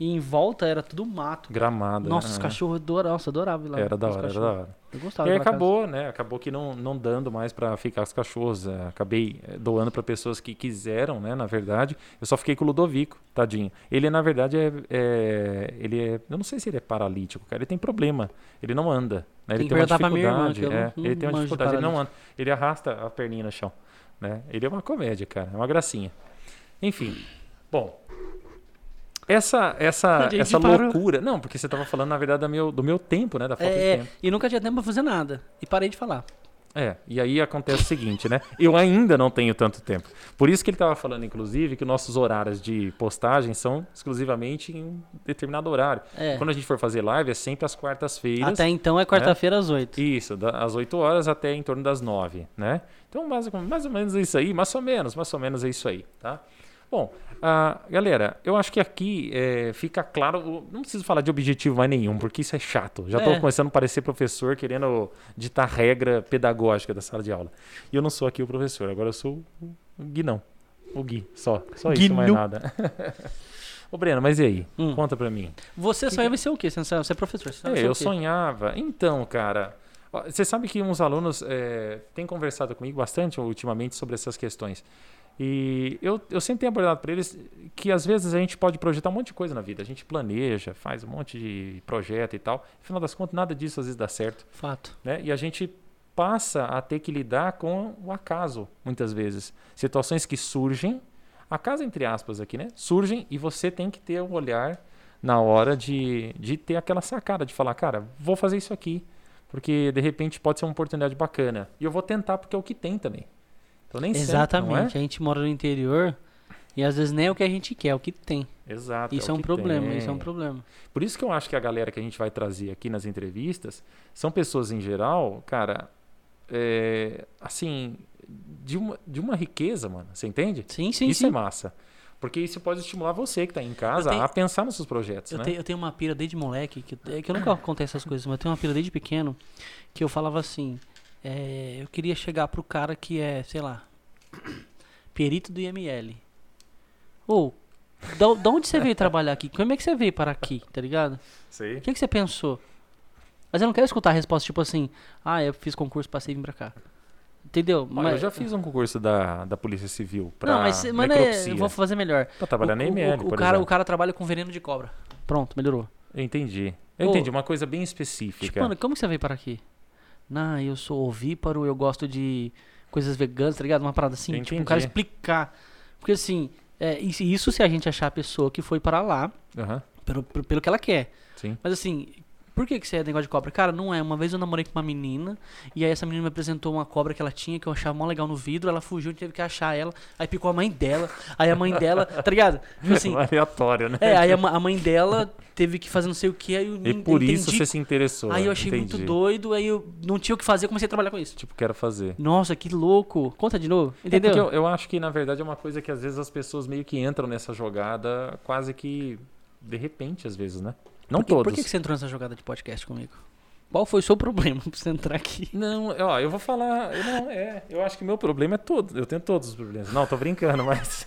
Speaker 1: E em volta era tudo mato.
Speaker 2: Gramado.
Speaker 1: Nossa, os
Speaker 2: né?
Speaker 1: cachorros adoravam, nossa, eu adorava ir lá.
Speaker 2: Era da
Speaker 1: os
Speaker 2: hora, era da
Speaker 1: cachorros.
Speaker 2: hora.
Speaker 1: Eu gostava
Speaker 2: E aí
Speaker 1: daquela
Speaker 2: acabou, né? Acabou que não, não dando mais pra ficar com os cachorros. eh, Acabei eh, doando pra pessoas que quiseram, né? Na verdade, eu só fiquei com o Ludovico, tadinho. Ele, na verdade, é, é- ele é. Eu não sei se ele é paralítico, cara. Ele tem problema. Ele não anda. Né? Ele
Speaker 1: Tem que
Speaker 2: tem uma
Speaker 1: perguntar pra minha irmã,
Speaker 2: dificuldade.
Speaker 1: que eu
Speaker 2: é,
Speaker 1: não-
Speaker 2: ele
Speaker 1: não
Speaker 2: tem uma
Speaker 1: manjo de
Speaker 2: dificuldade, ele não anda. Ele arrasta a perninha no chão. Né? Ele é uma comédia, cara. É uma gracinha. Enfim. Bom. Essa, essa,
Speaker 1: A gente
Speaker 2: essa
Speaker 1: parou.
Speaker 2: loucura. Não, porque você tava falando, na verdade, da meu, do meu tempo, né? Da
Speaker 1: casa.
Speaker 2: falta de
Speaker 1: É,
Speaker 2: tempo.
Speaker 1: é, e nunca tinha tempo pra fazer nada. E parei de falar.
Speaker 2: É, e aí acontece o seguinte, né? Eu ainda não tenho tanto tempo. Por isso que ele estava falando, inclusive, que nossos horários de postagem são exclusivamente em um determinado horário.
Speaker 1: É.
Speaker 2: Quando a gente for fazer live, é sempre às quartas-feiras.
Speaker 1: Até então é quarta-feira às oito.
Speaker 2: Isso, da- às 8 horas até em torno das 9, né? Então, mais, ou- mais ou menos é isso aí, mais ou menos, mais ou menos é isso aí, tá? Bom, ah, galera, eu acho que aqui eh, fica claro, o- não preciso falar de objetivo mais nenhum, porque isso é chato. Já estou
Speaker 1: É.
Speaker 2: começando a parecer professor querendo ditar regra pedagógica da sala de aula. E eu não sou aqui o professor, agora eu sou o o Gui, não. O Gui, só. Só isso, mais
Speaker 1: Guinu.
Speaker 2: nada. Ô, Breno, mas e aí?
Speaker 1: Hum.
Speaker 2: Conta pra mim.
Speaker 1: Você sonha vai ser o quê? Você, não sabe- você é professor. Você sonha em
Speaker 2: É,
Speaker 1: ser o
Speaker 2: eu
Speaker 1: quê?
Speaker 2: sonhava. Então, cara, ó, você sabe que uns alunos é, têm conversado comigo bastante ultimamente sobre essas questões. E eu, eu sempre tenho abordado para eles que às vezes a gente pode projetar um monte de coisa na vida. A gente planeja, faz um monte de projeto e tal. Afinal das contas, nada disso às vezes dá certo
Speaker 1: Fato.
Speaker 2: né? E a gente passa a ter que lidar com o acaso, muitas vezes. Situações que surgem, acaso entre aspas aqui, né? Surgem e você tem que ter o olhar na hora de, de ter aquela sacada, de falar, cara, vou fazer isso aqui, porque de repente pode ser uma oportunidade bacana. E eu vou tentar porque é o que tem também. Então nem sempre, não é?
Speaker 1: Exatamente. A gente mora no interior e às vezes nem é o que a gente quer, é o que tem.
Speaker 2: Exato.
Speaker 1: Isso é
Speaker 2: o
Speaker 1: um
Speaker 2: que
Speaker 1: problema,
Speaker 2: tem.
Speaker 1: isso é um problema.
Speaker 2: Por isso que eu acho que a galera que a gente vai trazer aqui nas entrevistas são pessoas em geral, cara, é, assim, de uma, de uma riqueza, mano. Você entende?
Speaker 1: Sim, sim,
Speaker 2: isso
Speaker 1: sim.
Speaker 2: é massa. Porque isso pode estimular você que tá aí em casa
Speaker 1: Eu tenho-
Speaker 2: a pensar nos seus projetos,
Speaker 1: Eu,
Speaker 2: né?
Speaker 1: tenho, eu tenho uma pira desde moleque, que, é que eu nunca contei essas coisas, mas eu tenho uma pira desde pequeno, que eu falava assim, é, eu queria chegar pro cara que é, sei lá, perito do IML. Ou, da, da onde você veio trabalhar aqui? Como é que você veio para aqui, tá ligado? O
Speaker 2: Sei.
Speaker 1: que, que você pensou? Mas eu não quero escutar a resposta tipo assim, ah, eu fiz concurso, passei e vim pra cá. Entendeu?
Speaker 2: Olha, eu já fiz um concurso da, da Polícia Civil pra
Speaker 1: Não, mas, mano, é,
Speaker 2: necropsia.
Speaker 1: eu vou fazer melhor.
Speaker 2: Pra trabalhar
Speaker 1: O-
Speaker 2: na
Speaker 1: o-
Speaker 2: ML,
Speaker 1: o,
Speaker 2: por
Speaker 1: cara, o
Speaker 2: exemplo.
Speaker 1: cara trabalha com veneno de cobra. Pronto, melhorou.
Speaker 2: Eu entendi. Eu
Speaker 1: Ô,
Speaker 2: entendi, uma coisa bem
Speaker 1: Tipo,
Speaker 2: específica.
Speaker 1: mano, como que você veio para aqui? Não, eu sou ovíparo, eu gosto de coisas veganas, tá ligado? Uma parada assim. Tipo, o cara
Speaker 2: Entendi.
Speaker 1: explicar. Porque assim, é, isso isso se a gente achar a pessoa que foi para lá
Speaker 2: Aham,
Speaker 1: pelo, pelo, pelo que ela quer.
Speaker 2: sim.
Speaker 1: Mas assim, por que, que você é negócio de cobra? Cara, não é. Uma vez eu namorei com uma menina, e aí essa menina me apresentou uma cobra que ela tinha, que eu achava mó legal no vidro, ela fugiu, a gente teve que achar ela, aí picou a mãe dela, aí a mãe dela, tá ligado? Tipo assim,
Speaker 2: Aleatório, né?
Speaker 1: é, aí a, ma- a mãe dela teve que fazer não sei o que, aí eu
Speaker 2: E
Speaker 1: não
Speaker 2: por
Speaker 1: entendi.
Speaker 2: isso você se interessou.
Speaker 1: Aí eu achei muito
Speaker 2: entendi.
Speaker 1: doido, aí eu não tinha o que fazer, eu comecei a trabalhar com isso.
Speaker 2: Tipo, quero fazer.
Speaker 1: Nossa, que louco. Conta de novo,
Speaker 2: É porque
Speaker 1: entendeu?
Speaker 2: eu, eu acho que, na verdade, é uma coisa que às vezes as pessoas meio que entram nessa jogada quase que de repente, às vezes, né? Não
Speaker 1: por que,
Speaker 2: todos.
Speaker 1: Por que que você entrou nessa jogada de podcast comigo? Qual foi o seu problema pra você entrar aqui?
Speaker 2: Não, ó, eu vou falar. eu Não, é. Eu acho que meu problema é todo. Eu tenho todos os problemas. Não, tô brincando, mas.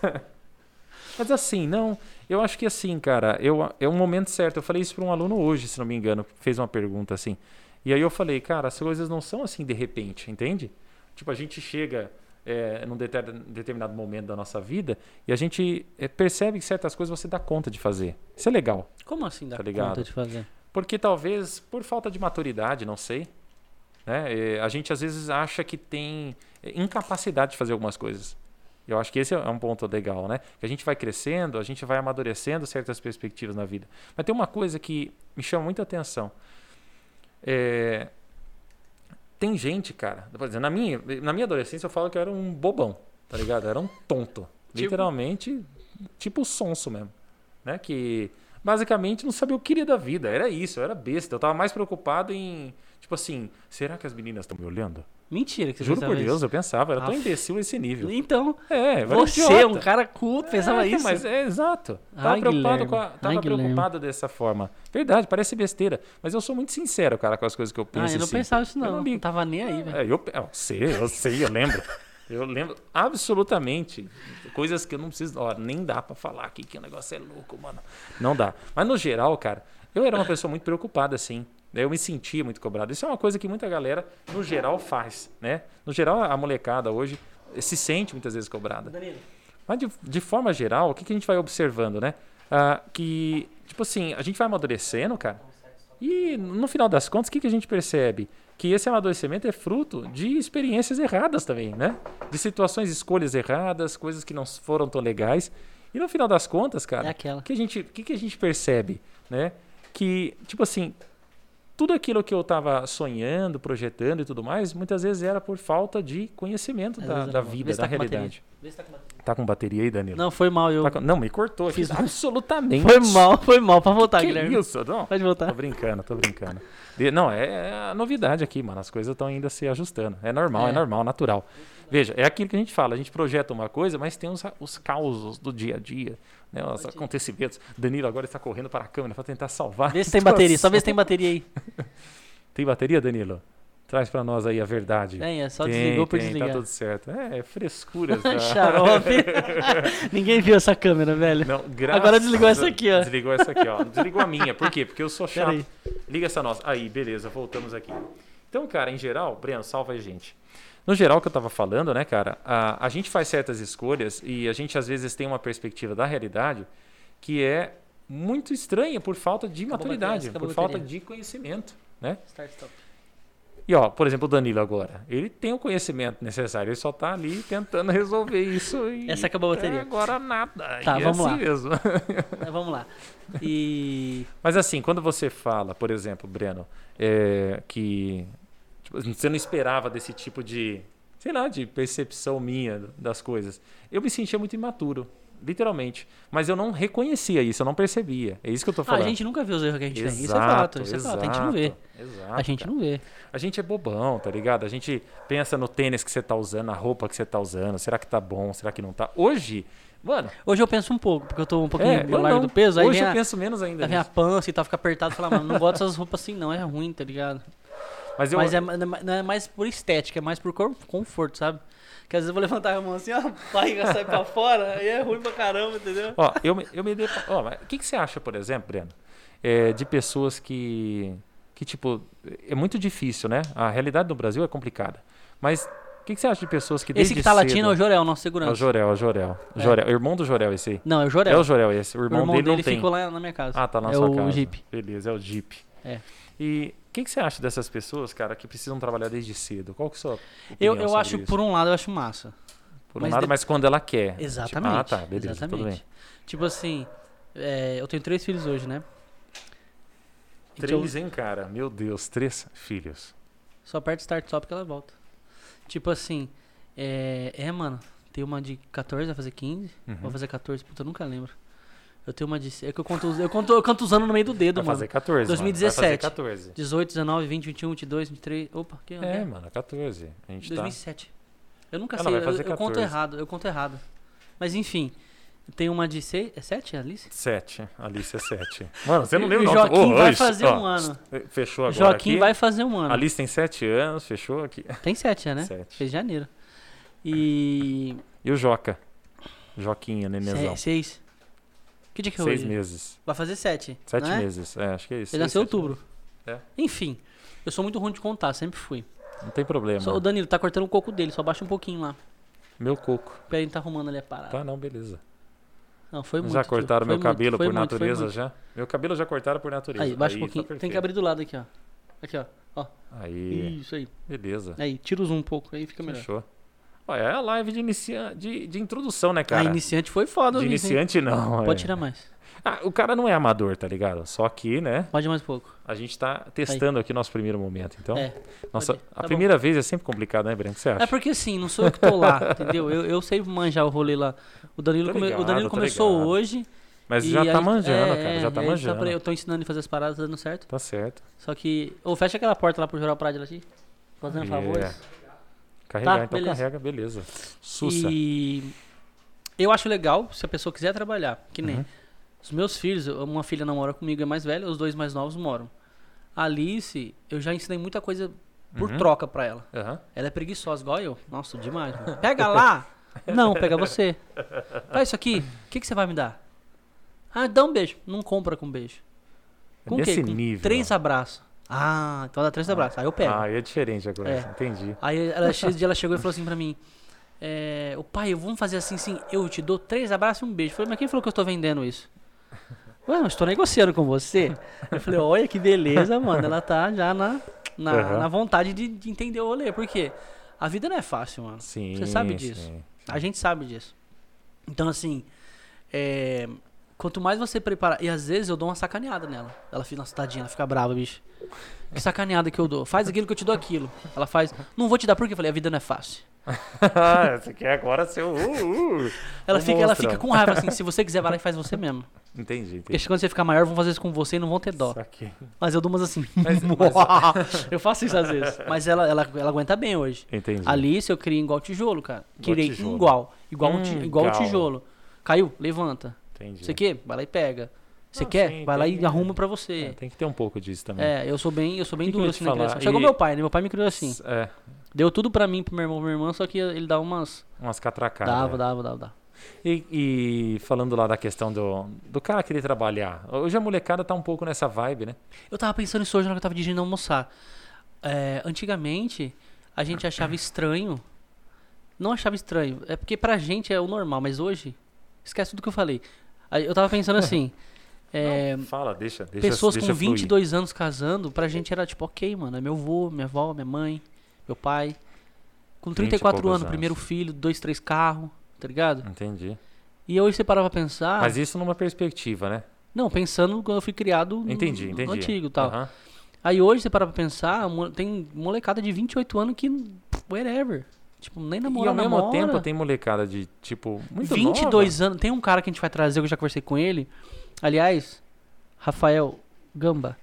Speaker 2: Mas assim, não. Eu acho que assim, cara, eu, é um momento certo. Eu falei isso para um aluno hoje, se não me engano, fez uma pergunta assim. E aí eu falei, cara, as coisas não são assim de repente, entende? Tipo, a gente chega é, num deter- determinado momento da nossa vida e a gente é, percebe que certas coisas você dá conta de fazer. Isso é legal.
Speaker 1: Como assim dá
Speaker 2: Tá ligado?
Speaker 1: conta de fazer?
Speaker 2: Porque talvez por falta de maturidade, não sei. Né? É, A gente às vezes acha que tem é, incapacidade de fazer algumas coisas. Eu acho que esse é um ponto legal, né? Que a gente vai crescendo, a gente vai amadurecendo certas perspectivas na vida. Mas tem uma coisa que me chama muita atenção. É, Tem gente, cara, por exemplo, na minha, na minha adolescência eu falo que eu era um bobão, tá ligado? Eu era um tonto. Literalmente, tipo sonso mesmo. Né? Que basicamente não sabia o que queria da vida. Era isso, eu era besta. Eu tava mais preocupado em, tipo assim, será que as meninas estão me olhando?
Speaker 1: Mentira que você
Speaker 2: Juro
Speaker 1: pensava
Speaker 2: por Deus,
Speaker 1: isso.
Speaker 2: eu pensava, era tão
Speaker 1: Aff.
Speaker 2: imbecil esse nível.
Speaker 1: Então,
Speaker 2: É, eu era
Speaker 1: você,
Speaker 2: idiota.
Speaker 1: um cara culto, pensava
Speaker 2: É,
Speaker 1: isso. Ah,
Speaker 2: Mas é exato. Tava
Speaker 1: Ai,
Speaker 2: preocupado,
Speaker 1: Guilherme.
Speaker 2: com a- tava
Speaker 1: Ai, Guilherme.
Speaker 2: preocupado dessa forma. Verdade, parece besteira. Mas eu sou muito sincero, cara, com as coisas que eu penso.
Speaker 1: ah, eu não
Speaker 2: assim.
Speaker 1: pensava isso não.
Speaker 2: Eu não
Speaker 1: não,
Speaker 2: ligo.
Speaker 1: tava nem aí, velho.
Speaker 2: É, eu, pe- eu sei, eu sei, eu lembro. Eu lembro absolutamente. Coisas que eu não preciso. Ó, nem dá pra falar aqui que o negócio é louco, mano. Não dá. Mas no geral, cara, eu era uma pessoa muito preocupada, assim. Daí Eu me sentia muito cobrado. Isso é uma coisa que muita galera, no geral, faz, né? No geral, a molecada hoje eh, se sente muitas vezes cobrada.
Speaker 1: Danilo.
Speaker 2: Mas de, de forma geral, o que, que a gente vai observando, né? Ah, que, tipo assim, a gente vai amadurecendo, cara. E no final das contas, o que, que a gente percebe? Que esse amadurecimento é fruto de experiências erradas também, né? De situações, escolhas erradas, coisas que não foram tão legais. E no final das contas, cara,
Speaker 1: É aquela.
Speaker 2: o que, a gente- o que, que a gente percebe, né? Que, tipo assim, tudo aquilo que eu estava sonhando, projetando e tudo mais, muitas vezes era por falta de conhecimento
Speaker 1: Às
Speaker 2: da,
Speaker 1: vezes
Speaker 2: da
Speaker 1: era bom. Vê
Speaker 2: vida,
Speaker 1: se
Speaker 2: da
Speaker 1: tá com bateria.
Speaker 2: realidade. Tá com bateria aí, Danilo?
Speaker 1: Não, foi mal, eu.
Speaker 2: Tá com- Não, me cortou aqui.
Speaker 1: Fiz- um-
Speaker 2: Absolutamente.
Speaker 1: Foi mal, foi mal. Pra voltar,
Speaker 2: Que
Speaker 1: Guilherme.
Speaker 2: isso? Tá Não,
Speaker 1: Pode
Speaker 2: tô
Speaker 1: voltar.
Speaker 2: brincando, tô brincando. De- Não, é, é a novidade aqui, mano. As coisas estão ainda se ajustando. É normal, é.
Speaker 1: É.
Speaker 2: normal, natural. Veja, é aquilo que a gente fala. A gente projeta uma coisa, mas tem os, os causos do dia a dia, né? Os acontecimentos. Danilo agora está correndo para a câmera para tentar salvar.
Speaker 1: Vê
Speaker 2: a
Speaker 1: se tem bateria, só
Speaker 2: situação.
Speaker 1: vê se tem bateria aí.
Speaker 2: Tem bateria, Danilo? Traz para nós aí a verdade.
Speaker 1: Tem, é só
Speaker 2: Tem,
Speaker 1: desligou por
Speaker 2: tem,
Speaker 1: desligar.
Speaker 2: Tá tudo certo. É, é frescuras. né? da-
Speaker 1: Xarope. Ninguém viu essa câmera, velho.
Speaker 2: Não, graças
Speaker 1: Agora desligou
Speaker 2: a-
Speaker 1: essa aqui, ó.
Speaker 2: Desligou essa aqui, ó. Desligou a minha. Por quê? Porque eu sou
Speaker 1: Pera
Speaker 2: chato.
Speaker 1: aí.
Speaker 2: Liga essa nossa. Aí, beleza, voltamos aqui. Então, cara, em geral, Breno, salva a gente. No geral, o que eu tava falando, né, cara, a, a gente faz certas escolhas e a gente às vezes tem uma perspectiva da realidade que é muito estranha por falta de
Speaker 1: Acabou a bateria,
Speaker 2: maturidade,
Speaker 1: acabou
Speaker 2: por
Speaker 1: a
Speaker 2: falta
Speaker 1: bateria.
Speaker 2: de conhecimento, né?
Speaker 1: Start, stop.
Speaker 2: E ó, por exemplo, o Danilo agora, ele tem o conhecimento necessário, ele só tá ali tentando resolver isso e
Speaker 1: Essa acabou a
Speaker 2: até
Speaker 1: bateria.
Speaker 2: agora nada.
Speaker 1: Tá, vamos
Speaker 2: e é assim
Speaker 1: lá.
Speaker 2: mesmo.
Speaker 1: Mas vamos lá. E.
Speaker 2: Mas assim, quando você fala, por exemplo, Breno, é, que tipo, você não esperava desse tipo de, sei lá, de percepção minha das coisas, eu me sentia muito imaturo, literalmente. Mas eu não reconhecia isso, eu não percebia. É isso que eu tô
Speaker 1: Ah, a
Speaker 2: falando.
Speaker 1: gente nunca vê os erros que a gente
Speaker 2: exato,
Speaker 1: tem. Isso é fato, isso é fato. A gente não vê.
Speaker 2: exato, Exato.
Speaker 1: A gente
Speaker 2: cara.
Speaker 1: não vê.
Speaker 2: A gente é bobão, tá ligado? A gente pensa no tênis que você tá usando, na roupa que você tá usando, será que tá bom, será que não tá. Hoje, mano,
Speaker 1: Hoje eu penso um pouco, porque eu tô um
Speaker 2: é,
Speaker 1: pouquinho
Speaker 2: eu
Speaker 1: largo
Speaker 2: não.
Speaker 1: do peso. Aí
Speaker 2: Hoje
Speaker 1: vem
Speaker 2: eu
Speaker 1: a,
Speaker 2: penso menos ainda.
Speaker 1: aí vem a
Speaker 2: nisso.
Speaker 1: pança e tal, fica apertado e fala, mano, não gosto dessas roupas assim não, é ruim, tá ligado?
Speaker 2: Mas eu
Speaker 1: Mas é, ma- não é mais por estética, é mais por cor- conforto, sabe? Que às vezes eu vou levantar a mão assim, ó, a barriga sai pra fora, aí é ruim pra caramba, entendeu?
Speaker 2: Ó, eu, me- eu me dei. Ó, mas o que, que você acha, por exemplo, Breno, é, de pessoas que. Que, tipo, é muito difícil, né? A realidade do Brasil é complicada. Mas o que, que você acha de pessoas que
Speaker 1: Esse
Speaker 2: desde
Speaker 1: que tá latindo é o
Speaker 2: cedo...
Speaker 1: Jorel, nosso
Speaker 2: É o
Speaker 1: segurança.
Speaker 2: Jorel, é o Jorel.
Speaker 1: É.
Speaker 2: Jorel, irmão do Jorel esse aí.
Speaker 1: Não, é o Jorel.
Speaker 2: É o Jorel esse. O
Speaker 1: O
Speaker 2: irmão,
Speaker 1: irmão
Speaker 2: dele,
Speaker 1: dele
Speaker 2: não tem.
Speaker 1: ficou lá na minha casa.
Speaker 2: Ah, tá na
Speaker 1: é
Speaker 2: sua
Speaker 1: o
Speaker 2: casa.
Speaker 1: Jeep.
Speaker 2: Beleza, é o Jeep.
Speaker 1: É.
Speaker 2: E o que, que você acha dessas pessoas, cara, que precisam trabalhar desde cedo? Qual que é a sua
Speaker 1: Eu,
Speaker 2: opinião
Speaker 1: eu
Speaker 2: sobre
Speaker 1: acho,
Speaker 2: isso?
Speaker 1: por um lado, eu acho massa.
Speaker 2: Por um
Speaker 1: mas
Speaker 2: lado,
Speaker 1: de-
Speaker 2: mas quando ela quer.
Speaker 1: Exatamente.
Speaker 2: Tipo, ah, tá, beleza,
Speaker 1: exatamente.
Speaker 2: tudo bem.
Speaker 1: Tipo assim, é, eu tenho três filhos hoje, né? Então,
Speaker 2: Três, hein, cara? Meu Deus, três filhos.
Speaker 1: Só aperta start stop que ela volta. Tipo assim, é, é mano, tem uma de 14, vai fazer 15,
Speaker 2: Uhum.
Speaker 1: vai fazer 14, puta, eu nunca lembro. Eu tenho uma de. É que eu conto, os- eu conto, eu canto os anos no meio do dedo,
Speaker 2: Vai
Speaker 1: mano.
Speaker 2: fazer 14. mano.
Speaker 1: 2017.
Speaker 2: Vai fazer 14.
Speaker 1: 18, 19, 20, 21, 22, 23. Opa, que ano?
Speaker 2: É,
Speaker 1: é?
Speaker 2: mano, 14. A gente tá.
Speaker 1: 2007. Eu nunca
Speaker 2: Ela
Speaker 1: sei,
Speaker 2: vai
Speaker 1: eu,
Speaker 2: fazer
Speaker 1: eu conto
Speaker 2: 14.
Speaker 1: errado, eu conto errado. Mas enfim, tem uma de 6. É 7, Alice?
Speaker 2: tá. 7. Alice é 7. Mano, você não
Speaker 1: E-
Speaker 2: lembra
Speaker 1: e
Speaker 2: o nome
Speaker 1: Joaquim
Speaker 2: Ô,
Speaker 1: vai
Speaker 2: isso,
Speaker 1: fazer
Speaker 2: ó, eh,
Speaker 1: um ano.
Speaker 2: Fechou agora.
Speaker 1: Joaquim
Speaker 2: aqui.
Speaker 1: vai fazer um ano.
Speaker 2: Alice tem 7 anos, fechou aqui.
Speaker 1: Tem 7, né?
Speaker 2: Sete.
Speaker 1: Fez janeiro. E.
Speaker 2: E o Joca? Joquinha, nenezão.
Speaker 1: 6. Que dia que é
Speaker 2: Seis
Speaker 1: hoje?
Speaker 2: meses.
Speaker 1: Vai fazer sete.
Speaker 2: Sete
Speaker 1: não é?
Speaker 2: meses. É, acho que é isso.
Speaker 1: Ele
Speaker 2: Seis,
Speaker 1: nasceu em
Speaker 2: sete
Speaker 1: outubro.
Speaker 2: É.
Speaker 1: Enfim, eu sou muito ruim de contar, sempre fui.
Speaker 2: meses. Não tem problema.
Speaker 1: Só, o Danilo tá cortando o coco dele, só baixa um pouquinho lá.
Speaker 2: Meu coco.
Speaker 1: Peraí, ele tá arrumando ali a parada.
Speaker 2: Tá, não, beleza.
Speaker 1: Não, foi muito.
Speaker 2: já
Speaker 1: tio,
Speaker 2: cortaram
Speaker 1: foi
Speaker 2: meu
Speaker 1: muito,
Speaker 2: cabelo
Speaker 1: foi
Speaker 2: por
Speaker 1: muito, foi
Speaker 2: natureza
Speaker 1: muito.
Speaker 2: já? Meu cabelo já cortaram por natureza.
Speaker 1: Aí, baixa um
Speaker 2: tá
Speaker 1: pouquinho. Tem que
Speaker 2: perfeito.
Speaker 1: abrir do lado aqui, ó. Aqui, ó.
Speaker 2: Aí,
Speaker 1: Isso aí.
Speaker 2: beleza.
Speaker 1: Aí, tira o zoom um pouco, aí fica melhor.
Speaker 2: Fechou. Ó, é a live de, inicia... de, de introdução, né, cara?
Speaker 1: a iniciante Ah, foi foda,
Speaker 2: de
Speaker 1: Luiz, hein?
Speaker 2: iniciante não. é.
Speaker 1: Pode tirar mais.
Speaker 2: Ah, o cara não é amador, tá ligado? Só que, né,
Speaker 1: Pode mais um pouco.
Speaker 2: a gente tá testando aqui nosso primeiro momento. Então,
Speaker 1: é.
Speaker 2: nossa,
Speaker 1: pode ir. Tá
Speaker 2: a
Speaker 1: bom.
Speaker 2: primeira vez é sempre complicado, né, Breno? O que você acha?
Speaker 1: É porque assim, não sou eu que tô lá, entendeu? Eu, eu sei manjar o rolê lá. O Danilo,
Speaker 2: Tô
Speaker 1: come- o
Speaker 2: ligado,
Speaker 1: Danilo
Speaker 2: tô
Speaker 1: começou
Speaker 2: ligado.
Speaker 1: hoje.
Speaker 2: Mas
Speaker 1: e
Speaker 2: já
Speaker 1: aí-
Speaker 2: tá manjando,
Speaker 1: é,
Speaker 2: cara.
Speaker 1: é,
Speaker 2: Já tá
Speaker 1: e aí eu
Speaker 2: manjando.
Speaker 1: falei, Eu tô ensinando ele a fazer as paradas, tá dando certo.
Speaker 2: Tá certo.
Speaker 1: Só que. Ô, fecha aquela porta lá pro Joral Prade lá, gente. Fazendo
Speaker 2: É.
Speaker 1: favores.
Speaker 2: Carregar,
Speaker 1: Tá,
Speaker 2: então
Speaker 1: beleza.
Speaker 2: carrega, beleza. Sussa.
Speaker 1: E eu acho legal se a pessoa quiser trabalhar, que nem
Speaker 2: Uhum.
Speaker 1: os meus filhos, eu- uma filha não mora comigo, é mais velha, os dois mais novos moram. A Alice, eu já ensinei muita coisa por
Speaker 2: Uhum.
Speaker 1: troca pra ela.
Speaker 2: Aham.
Speaker 1: Ela é preguiçosa igual eu. Nossa, demais. mano. Pega lá. Não, pega você. Faz isso aqui. O que, que você vai me dar? Ah, dá um beijo. Não compra com beijo.
Speaker 2: É
Speaker 1: Com o
Speaker 2: Nesse
Speaker 1: quê? Com
Speaker 2: nível.
Speaker 1: três abraços. Ah, então dá três abraços. Aí eu pego.
Speaker 2: Ah, é diferente agora.
Speaker 1: É.
Speaker 2: Entendi.
Speaker 1: Aí ela, esse dia ela chegou e falou assim pra mim: é, O pai, eu- vamos fazer assim, sim, eu te dou três abraços e um beijo. Eu falei, mas quem falou que eu tô vendendo isso? Ué, eu estou negociando com você. Eu falei, olha que beleza, mano. Ela tá já na, na,
Speaker 2: Aham.
Speaker 1: na vontade de, de entender o rolê. Por quê? A vida não é fácil, mano.
Speaker 2: Sim.
Speaker 1: Você sabe disso.
Speaker 2: sim.
Speaker 1: A gente sabe disso. Então, assim, é, quanto mais você preparar. E às vezes eu dou uma sacaneada nela. Ela fica, nossa, tadinha, ela fica brava, bicho. Que sacaneada que eu dou. Faz aquilo que eu te dou aquilo. Ela faz, não vou te dar porque eu falei, a vida não é fácil.
Speaker 2: Ah, você quer agora ser o. Uh, uh.
Speaker 1: Ela
Speaker 2: Um
Speaker 1: fica, ela
Speaker 2: monstrão.
Speaker 1: fica com raiva assim, se você quiser, vai lá e faz você mesmo.
Speaker 2: Entendi, entendi.
Speaker 1: Porque quando você ficar maior, vão fazer isso com você e não vão ter dó.
Speaker 2: Saquei.
Speaker 1: Mas eu dou umas assim.
Speaker 2: Mas- mas-
Speaker 1: eu faço isso às vezes. Mas ela, ela, ela aguenta bem hoje.
Speaker 2: Entendi.
Speaker 1: Alice eu criei igual tijolo, cara. Criei
Speaker 2: tijolo.
Speaker 1: igual. Igual, um ti-
Speaker 2: Hum,
Speaker 1: igual um
Speaker 2: gal.
Speaker 1: tijolo. Caiu? Levanta.
Speaker 2: entendi.
Speaker 1: Você quer? Vai lá e pega. Você
Speaker 2: Ah,
Speaker 1: quer?
Speaker 2: sim,
Speaker 1: Vai lá e
Speaker 2: tem-
Speaker 1: arruma pra
Speaker 2: É,
Speaker 1: você.
Speaker 2: tem que ter um pouco disso também.
Speaker 1: É, eu sou bem, eu sou bem
Speaker 2: Que que eu
Speaker 1: duro
Speaker 2: ia te
Speaker 1: assim na
Speaker 2: falar?
Speaker 1: criação. Chegou
Speaker 2: E-
Speaker 1: meu pai, né? Meu pai me criou assim.
Speaker 2: S- É,
Speaker 1: Deu tudo pra mim, pro meu irmão, pro minha irmã, só que ele dá umas.
Speaker 2: umas catracadas.
Speaker 1: dava,
Speaker 2: né?
Speaker 1: dava, dava, dava.
Speaker 2: E, e falando lá da questão do, do cara querer trabalhar. Hoje a molecada tá um pouco nessa vibe, né?
Speaker 1: Eu tava pensando isso hoje na hora que eu tava dirigindo almoçar. É, antigamente, a gente achava estranho. Não achava estranho. É porque pra gente é o normal, mas hoje. Esquece tudo que eu falei. Aí Eu tava pensando assim. é,
Speaker 2: Fala, deixa, deixa
Speaker 1: pessoas
Speaker 2: deixa
Speaker 1: com
Speaker 2: fluir.
Speaker 1: 22 anos casando, pra gente era tipo, ok, mano, é meu avô, minha avó, minha mãe, meu pai. Com
Speaker 2: 20 e
Speaker 1: 34
Speaker 2: poucos
Speaker 1: anos, primeiro filho, dois, três carros, tá ligado?
Speaker 2: Entendi.
Speaker 1: E hoje você parava pra pensar.
Speaker 2: Mas isso numa perspectiva, né?
Speaker 1: Não, pensando quando eu fui criado no-
Speaker 2: Entendi,
Speaker 1: no
Speaker 2: entendi.
Speaker 1: Hum, antigo e tal.
Speaker 2: Aham.
Speaker 1: Aí hoje você para pra pensar, mo- tem molecada de 28 anos que. whatever. Tipo, nem namora,
Speaker 2: E ao mesmo
Speaker 1: namora.
Speaker 2: tempo tem molecada de, tipo, muito
Speaker 1: 22 anos. Tem um cara que a gente vai trazer, eu já conversei com ele. Aliás, Rafael Gamba.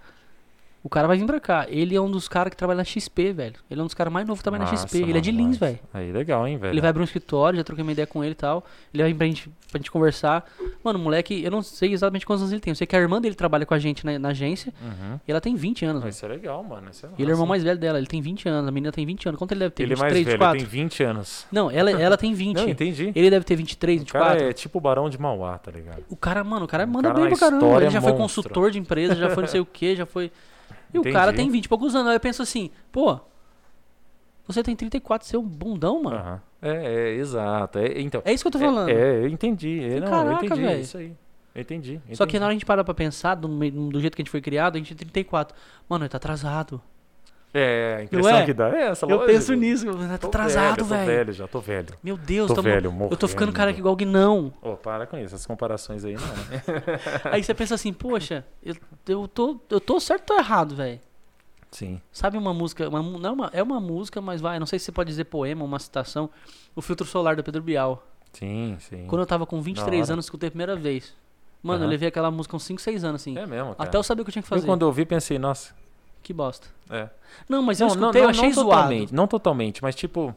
Speaker 1: O cara vai vir pra cá. Ele é um dos caras que trabalha na XP, velho. Ele é um dos caras mais novos que trabalha na
Speaker 2: Massa,
Speaker 1: XP. Ele é de
Speaker 2: mano,
Speaker 1: Lins,
Speaker 2: massa.
Speaker 1: velho.
Speaker 2: Aí, legal, hein, velho?
Speaker 1: Ele vai abrir um escritório, já troquei uma ideia com ele e tal. Ele vai vir pra gente, pra gente conversar. Mano, o moleque, eu não sei exatamente quantos anos ele tem. Eu sei que a irmã dele trabalha com a gente na, na agência
Speaker 2: Uhum.
Speaker 1: e ela tem 20 anos.
Speaker 2: Não,
Speaker 1: velho.
Speaker 2: Isso é legal, mano. Isso é
Speaker 1: E ele é o irmão
Speaker 2: massa.
Speaker 1: mais velho dela, ele tem 20 anos, a menina tem 20 anos. Quanto ele deve ter?
Speaker 2: Ele é
Speaker 1: 23,
Speaker 2: mais velho,
Speaker 1: 24?
Speaker 2: tem 20 anos.
Speaker 1: Não, ela, ela tem 20.
Speaker 2: Não, entendi.
Speaker 1: ele deve ter 23,
Speaker 2: O cara
Speaker 1: 24.
Speaker 2: é tipo o Barão de Mauá, tá ligado?
Speaker 1: O cara, mano, o cara manda
Speaker 2: cara
Speaker 1: bem
Speaker 2: na
Speaker 1: pra caramba.
Speaker 2: história
Speaker 1: Ele
Speaker 2: é
Speaker 1: já foi
Speaker 2: monstro.
Speaker 1: consultor de empresa, já foi não sei o que, já foi. E o
Speaker 2: Entendi.
Speaker 1: cara tem 20 e poucos anos. Aí eu penso assim, pô, você tem 34, seu bundão, mano.
Speaker 2: Aham. É, é, exato. É, então,
Speaker 1: É isso que eu tô falando.
Speaker 2: É, é, eu entendi. É,
Speaker 1: Falei,
Speaker 2: não,
Speaker 1: "Caraca,
Speaker 2: eu entendi. É
Speaker 1: velho."
Speaker 2: isso aí. Eu entendi. eu
Speaker 1: Só que na hora
Speaker 2: entendi.
Speaker 1: que a gente para pra pensar, do, meio- do jeito que a gente foi criado, a gente é tem 34. Mano, ele tá atrasado.
Speaker 2: É, a impressão
Speaker 1: é?
Speaker 2: que dá é essa,
Speaker 1: Eu
Speaker 2: lógico.
Speaker 1: penso nisso, eu falo, tá
Speaker 2: Tô
Speaker 1: atrasado,
Speaker 2: velho, Tô
Speaker 1: velho.
Speaker 2: velho já, tô velho.
Speaker 1: Meu Deus,
Speaker 2: Tô
Speaker 1: tá mo-
Speaker 2: velho, morrendo.
Speaker 1: eu tô ficando careca igual o Guinão.
Speaker 2: Ô, para com isso, essas comparações aí não, né?
Speaker 1: Aí você pensa assim, poxa, eu, eu, tô, eu tô certo ou tô errado, velho?
Speaker 2: Sim.
Speaker 1: Sabe uma música, uma, mu- não é uma, é uma música, mas vai, não sei se você pode dizer poema, uma citação, O Filtro Solar do Pedro Bial.
Speaker 2: Sim, sim.
Speaker 1: Quando eu tava com
Speaker 2: Da
Speaker 1: 23
Speaker 2: hora.
Speaker 1: anos, escutei a primeira vez. Mano, eu
Speaker 2: Aham.
Speaker 1: levei aquela música uns 5, 6 anos, assim.
Speaker 2: É mesmo, cara.
Speaker 1: Até eu saber o que eu tinha que
Speaker 2: Eu
Speaker 1: fazer.
Speaker 2: quando eu ouvi pensei, nossa.
Speaker 1: Que bosta.
Speaker 2: É.
Speaker 1: Não, mas eu escutei, eu achei zoado.
Speaker 2: totalmente, não totalmente, mas tipo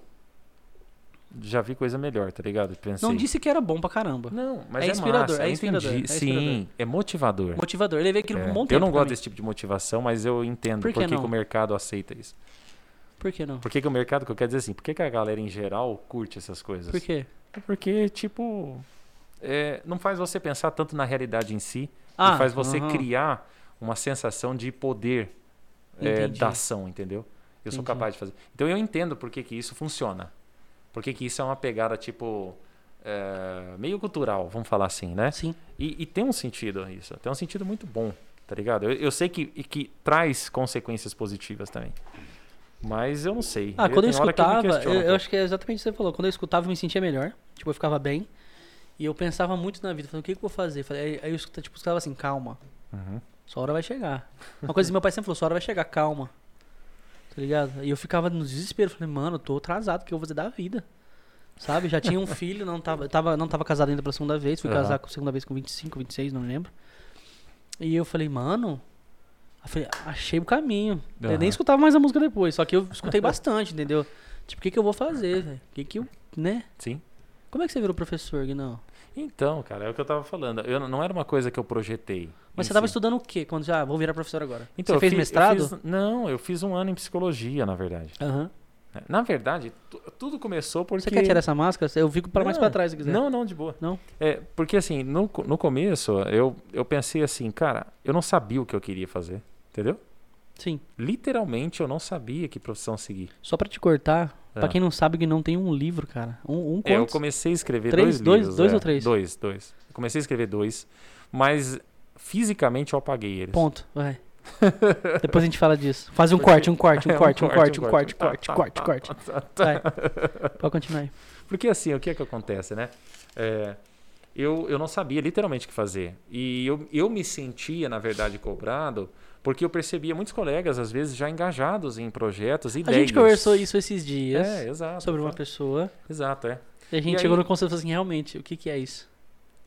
Speaker 2: já vi coisa melhor, tá ligado? Pensei.
Speaker 1: Não disse que era bom pra caramba.
Speaker 2: Não, mas
Speaker 1: É
Speaker 2: é,
Speaker 1: inspirador,
Speaker 2: massa,
Speaker 1: é
Speaker 2: eu
Speaker 1: inspirador,
Speaker 2: entendi.
Speaker 1: é inspirador.
Speaker 2: Sim, é motivador.
Speaker 1: Motivador. Eu levei aquilo
Speaker 2: É,
Speaker 1: por um bom tempo.
Speaker 2: eu não gosto
Speaker 1: também.
Speaker 2: desse tipo de motivação, mas eu entendo
Speaker 1: Por que
Speaker 2: por que, que
Speaker 1: não?
Speaker 2: o mercado aceita isso.
Speaker 1: Por que não?
Speaker 2: Por que, que o mercado, que
Speaker 1: É
Speaker 2: eu quero dizer assim, por que, que a galera em geral curte essas coisas?
Speaker 1: Por quê?
Speaker 2: É Porque, tipo, é, não faz você pensar tanto na realidade em si,
Speaker 1: Ah,
Speaker 2: e faz você
Speaker 1: aham.
Speaker 2: criar uma sensação de poder é,
Speaker 1: Entendi.
Speaker 2: da ação, entendeu? Eu sou
Speaker 1: Entendi.
Speaker 2: capaz de fazer. Então eu entendo por que, que isso funciona. Por que, que isso é uma pegada, tipo, é, meio cultural, vamos falar assim, né?
Speaker 1: Sim.
Speaker 2: E, e tem um sentido isso. Tem um sentido muito bom, tá ligado? Eu, eu sei que, e que traz consequências positivas também. Mas eu não sei.
Speaker 1: Ah, quando eu
Speaker 2: tem hora que me
Speaker 1: escutava, eu,
Speaker 2: questiona um
Speaker 1: eu
Speaker 2: pouco.
Speaker 1: acho que é exatamente o que você falou. Quando eu escutava, eu me sentia melhor. Tipo, eu ficava bem. E eu pensava muito na vida. Falei, o que, que eu vou fazer? Falei, aí- aí eu escutava, tipo, escutava assim, calma.
Speaker 2: Uhum.
Speaker 1: Sua hora vai chegar. Uma coisa que meu pai sempre falou, sua hora vai chegar, calma. Tá ligado? E eu ficava no desespero. Falei, mano, eu tô atrasado, o que eu vou fazer da vida? Sabe? Já tinha um filho, não tava, eu tava, não tava casado ainda pela segunda vez. Fui
Speaker 2: Aham.
Speaker 1: casar com segunda vez com 25, 26, não me lembro. E eu falei, mano... eu falei, achei o caminho. Eu
Speaker 2: Aham.
Speaker 1: nem escutava mais a música depois, só que eu escutei bastante, entendeu? Tipo, o que que eu vou fazer, velho? O que que eu... né?
Speaker 2: Sim.
Speaker 1: Como é que você virou professor, Guinão?
Speaker 2: Então, cara, é o que eu tava falando. Eu, não- não era uma coisa que eu projetei.
Speaker 1: Mas
Speaker 2: em
Speaker 1: você tava
Speaker 2: si.
Speaker 1: estudando o quê? Quando já, ah, vou virar professor agora.
Speaker 2: Então,
Speaker 1: você
Speaker 2: eu
Speaker 1: fez
Speaker 2: fi- eu
Speaker 1: mestrado?
Speaker 2: fiz- não, eu fiz um ano em psicologia, na verdade.
Speaker 1: Aham.
Speaker 2: É, Na verdade, tu- tudo começou porque.
Speaker 1: Você quer tirar essa máscara? Eu fico para mais
Speaker 2: Não,
Speaker 1: para trás se quiser.
Speaker 2: Não, não, de boa.
Speaker 1: Não?
Speaker 2: É, porque assim, no, co- no começo, eu, eu pensei assim, cara, eu não sabia o que eu queria fazer, entendeu?
Speaker 1: Sim.
Speaker 2: Literalmente, eu não sabia que profissão seguir.
Speaker 1: Só para te cortar,
Speaker 2: Ah.
Speaker 1: pra para quem não sabe que não tem um livro, cara. Um, um
Speaker 2: É, eu
Speaker 1: conto.
Speaker 2: comecei a escrever
Speaker 1: Três,
Speaker 2: dois
Speaker 1: dois-
Speaker 2: livros.
Speaker 1: dois
Speaker 2: é,
Speaker 1: ou três?
Speaker 2: Dois, dois. Eu comecei a escrever dois, mas fisicamente eu apaguei eles.
Speaker 1: Ponto. Vai. Depois a gente fala disso. Faz um corte, um corte,
Speaker 2: É
Speaker 1: um corte, um corte, um corte, um corte, um corte, um corte. Vai. Pode continuar aí.
Speaker 2: Porque assim, o Tá, que é que acontece, né? É, eu, eu não sabia literalmente o que fazer. E eu, eu me sentia, na verdade, cobrado, porque eu percebia muitos colegas, às vezes, já engajados em projetos,
Speaker 1: A
Speaker 2: ideias.
Speaker 1: gente conversou isso esses dias
Speaker 2: É, exato.
Speaker 1: sobre uma
Speaker 2: tá?
Speaker 1: pessoa
Speaker 2: Exato, é.
Speaker 1: e a gente
Speaker 2: E aí-
Speaker 1: chegou no conceito e falou assim, realmente, o que que é isso?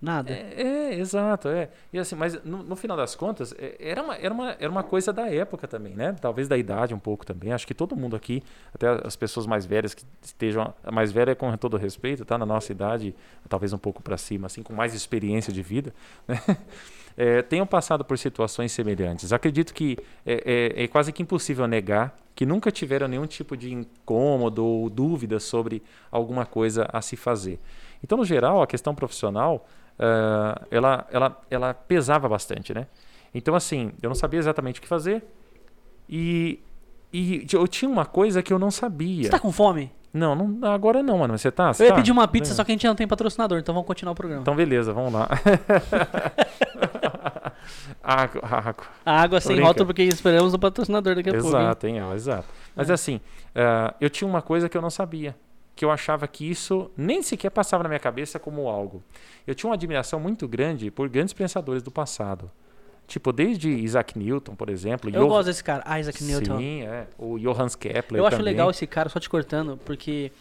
Speaker 1: Nada.
Speaker 2: É, é, exato, é. E assim, mas no, no final das contas, é, era uma, era, uma, era uma coisa da época também, né? Talvez da idade um pouco também. Acho que todo mundo aqui, até as pessoas mais velhas que estejam. A mais velha, é com todo respeito, tá? Na nossa idade, talvez um pouco para cima, assim, com mais experiência de vida, né? É, tenham passado por situações semelhantes. Acredito que é, é- é quase que impossível negar que nunca tiveram nenhum tipo de incômodo ou dúvida sobre alguma coisa a se fazer. Então, no geral, a questão profissional ah, ela, ela, ela pesava bastante, né? Então, assim, eu não sabia exatamente o que fazer e, e eu tinha uma coisa que eu não sabia.
Speaker 1: Você tá com fome?
Speaker 2: Não, não, agora não, mano. Você tá? Você
Speaker 1: Eu ia
Speaker 2: tá?
Speaker 1: pedir um uma pizza,
Speaker 2: Não.
Speaker 1: só que a gente não tem patrocinador, então vamos continuar o programa.
Speaker 2: Então, beleza, vamos lá. água, água.
Speaker 1: a água sem
Speaker 2: brinca.
Speaker 1: rótulo, porque esperamos o patrocinador daqui a pouco. hein?
Speaker 2: Exato, hein? ó, exato.
Speaker 1: É.
Speaker 2: Mas assim, ah, eu tinha uma coisa que eu não sabia. Que eu achava que isso nem sequer passava na minha cabeça como algo. Eu tinha uma admiração muito grande por grandes pensadores do passado. Tipo, desde Isaac Newton, por exemplo.
Speaker 1: Eu
Speaker 2: Johann-
Speaker 1: gosto desse cara, Isaac Newton.
Speaker 2: Sim, é. O Johannes Kepler
Speaker 1: Eu acho
Speaker 2: também.
Speaker 1: legal esse cara, só te cortando, porque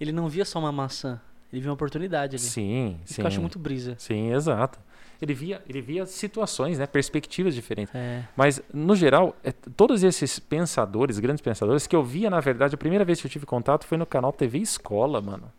Speaker 1: ele não via só uma maçã, ele via uma oportunidade ali.
Speaker 2: Sim,
Speaker 1: Isso
Speaker 2: sim.
Speaker 1: que eu acho muito brisa.
Speaker 2: Sim, exato. Ele via, ele via situações, né? Perspectivas diferentes.
Speaker 1: É.
Speaker 2: Mas, no geral, é, todos esses pensadores, grandes pensadores, que eu via, na verdade, a primeira vez que eu tive contato foi no canal TV Escola, mano.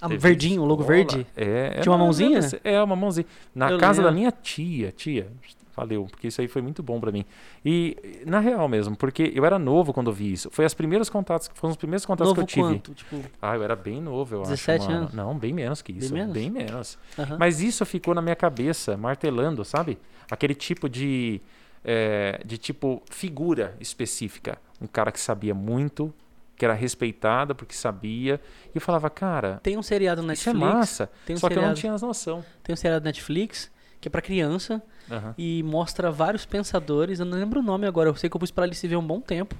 Speaker 1: Ah,
Speaker 2: TV
Speaker 1: verdinho, o logo
Speaker 2: Escola.
Speaker 1: verde.
Speaker 2: É, é,
Speaker 1: Tinha uma
Speaker 2: não,
Speaker 1: mãozinha?
Speaker 2: lembra-se? É, uma mãozinha. Na
Speaker 1: Eu
Speaker 2: casa da
Speaker 1: lembro.
Speaker 2: minha tia, tia. Valeu, porque isso aí foi muito bom pra mim. E, na real mesmo, porque eu era novo quando eu vi isso. Foi as primeiros contatos, foram os primeiros contatos
Speaker 1: Novo
Speaker 2: que eu tive.
Speaker 1: quanto? Tipo,
Speaker 2: Ah, eu era bem novo, eu
Speaker 1: 17
Speaker 2: acho. mano.
Speaker 1: anos?
Speaker 2: Não, bem menos que isso.
Speaker 1: menos? Ah.
Speaker 2: Bem menos.
Speaker 1: aham.
Speaker 2: Mas isso ficou na minha cabeça, martelando, sabe? Aquele tipo de. é, de tipo figura específica. Um cara que sabia muito, que era respeitado porque sabia. E eu falava, cara,
Speaker 1: Tem um seriado no
Speaker 2: isso é
Speaker 1: Netflix.
Speaker 2: massa.
Speaker 1: Tem um
Speaker 2: Só que eu não
Speaker 1: seriado.
Speaker 2: tinha as noção.
Speaker 1: Tem um seriado Netflix que é pra criança
Speaker 2: Aham.
Speaker 1: e mostra vários pensadores. Eu não lembro o nome agora, eu sei que eu pus pra ele se ver um bom tempo.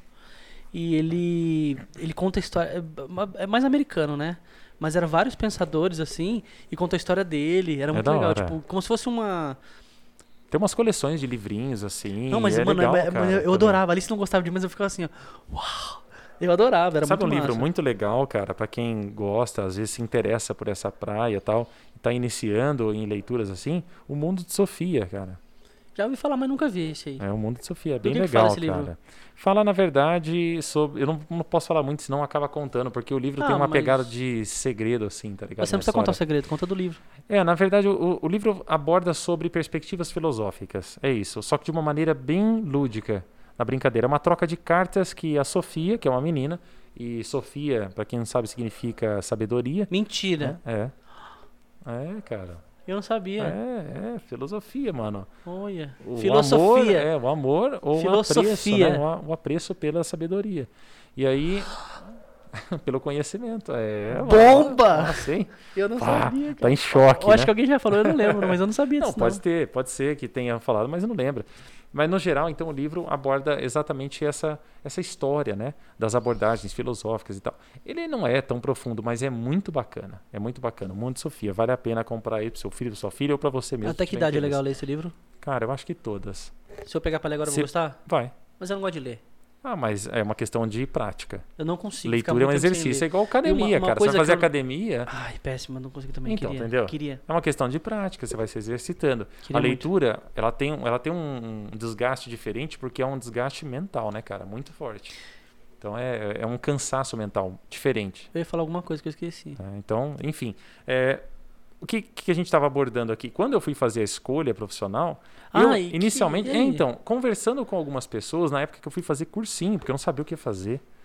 Speaker 1: E ele ele conta a história. é ma- É mais americano, né? Mas era vários pensadores assim e conta a história dele. Era
Speaker 2: É
Speaker 1: muito
Speaker 2: da
Speaker 1: legal.
Speaker 2: hora.
Speaker 1: Tipo, como se fosse uma.
Speaker 2: Tem umas coleções de livrinhos assim.
Speaker 1: Não, mas,
Speaker 2: é
Speaker 1: mano,
Speaker 2: legal,
Speaker 1: é- é-
Speaker 2: cara,
Speaker 1: eu, eu
Speaker 2: também.
Speaker 1: adorava. Alice não gostava de mim, mas eu ficava assim, ó. Uau! Eu adorava, era
Speaker 2: Sabe um
Speaker 1: muito
Speaker 2: livro
Speaker 1: massa.
Speaker 2: muito legal, cara, pra quem gosta, às vezes se interessa por essa praia e tal, e tá iniciando em leituras assim? O Mundo de Sofia, cara.
Speaker 1: Já ouvi falar, mas nunca vi esse aí.
Speaker 2: É o Mundo de Sofia, é
Speaker 1: Do
Speaker 2: bem
Speaker 1: que que
Speaker 2: legal,
Speaker 1: fala esse
Speaker 2: cara.
Speaker 1: livro?
Speaker 2: Fala, na verdade, sobre. Eu não, não posso falar muito, senão acaba contando, porque o livro tem
Speaker 1: Ah,
Speaker 2: uma
Speaker 1: mas-
Speaker 2: pegada de segredo, assim, tá ligado?
Speaker 1: Mas você não
Speaker 2: Na
Speaker 1: precisa contar o
Speaker 2: história.
Speaker 1: segredo, conta do livro.
Speaker 2: É, na verdade, o, o livro aborda sobre perspectivas filosóficas. É isso. Só que de uma maneira bem lúdica na brincadeira. É uma troca de cartas que a Sofia, que é uma menina, e Sofia, pra quem não sabe, significa sabedoria.
Speaker 1: Mentira.
Speaker 2: É. É, cara.
Speaker 1: Eu não sabia.
Speaker 2: É, é, filosofia, mano.
Speaker 1: Olha.
Speaker 2: O Amor,
Speaker 1: Filosofia.
Speaker 2: é, o amor ou o apreço,
Speaker 1: Filosofia.
Speaker 2: né? O a- o apreço pela sabedoria. E aí, pelo conhecimento. É, mano.
Speaker 1: Bomba!
Speaker 2: Nossa, hein?
Speaker 1: Eu não
Speaker 2: Pá,
Speaker 1: sabia,
Speaker 2: tá em choque,
Speaker 1: Eu acho
Speaker 2: né?
Speaker 1: que alguém já falou, eu não lembro, mas eu não sabia
Speaker 2: Não,
Speaker 1: disso.
Speaker 2: pode ter, pode ser que tenha falado, mas eu não lembro. Mas no geral, então o livro aborda exatamente essa essa história, né, das abordagens filosóficas e tal. Ele não é tão profundo, mas é muito bacana. É muito bacana. O Mundo de Sofia vale a pena comprar aí pro seu filho, sua filha ou pra você mesmo.
Speaker 1: Até
Speaker 2: se
Speaker 1: que
Speaker 2: tiver
Speaker 1: idade é
Speaker 2: interesse.
Speaker 1: legal ler esse livro?
Speaker 2: Cara, eu acho que todas.
Speaker 1: Se eu pegar pra ler agora, eu
Speaker 2: Se-
Speaker 1: vou gostar?
Speaker 2: Vai.
Speaker 1: Mas eu não gosto de ler.
Speaker 2: Ah, mas é uma questão de prática.
Speaker 1: Eu não consigo. ficar
Speaker 2: Leitura é um
Speaker 1: muito tempo sem
Speaker 2: exercício, é
Speaker 1: ler.
Speaker 2: igual academia,
Speaker 1: uma- uma
Speaker 2: cara. Você
Speaker 1: coisa
Speaker 2: vai fazer
Speaker 1: que eu-
Speaker 2: academia,
Speaker 1: Ai, péssimo, eu não consigo também.
Speaker 2: Então,
Speaker 1: queria,
Speaker 2: entendeu?
Speaker 1: Queria.
Speaker 2: É uma questão de prática, você vai se exercitando.
Speaker 1: Queria
Speaker 2: a
Speaker 1: muito.
Speaker 2: leitura, ela tem, um- ela tem um desgaste diferente, porque é um desgaste mental, né, cara? Muito forte. Então é, é um cansaço mental diferente.
Speaker 1: Eu ia falar alguma coisa que eu esqueci.
Speaker 2: tá? Então, enfim. é, o que, que a gente estava abordando aqui? Quando eu fui fazer a escolha profissional, eu
Speaker 1: Ah, e que-
Speaker 2: inicialmente.
Speaker 1: e
Speaker 2: é,
Speaker 1: aí?
Speaker 2: então, conversando com algumas pessoas, na época que eu fui fazer cursinho, porque eu não sabia o que fazer. né?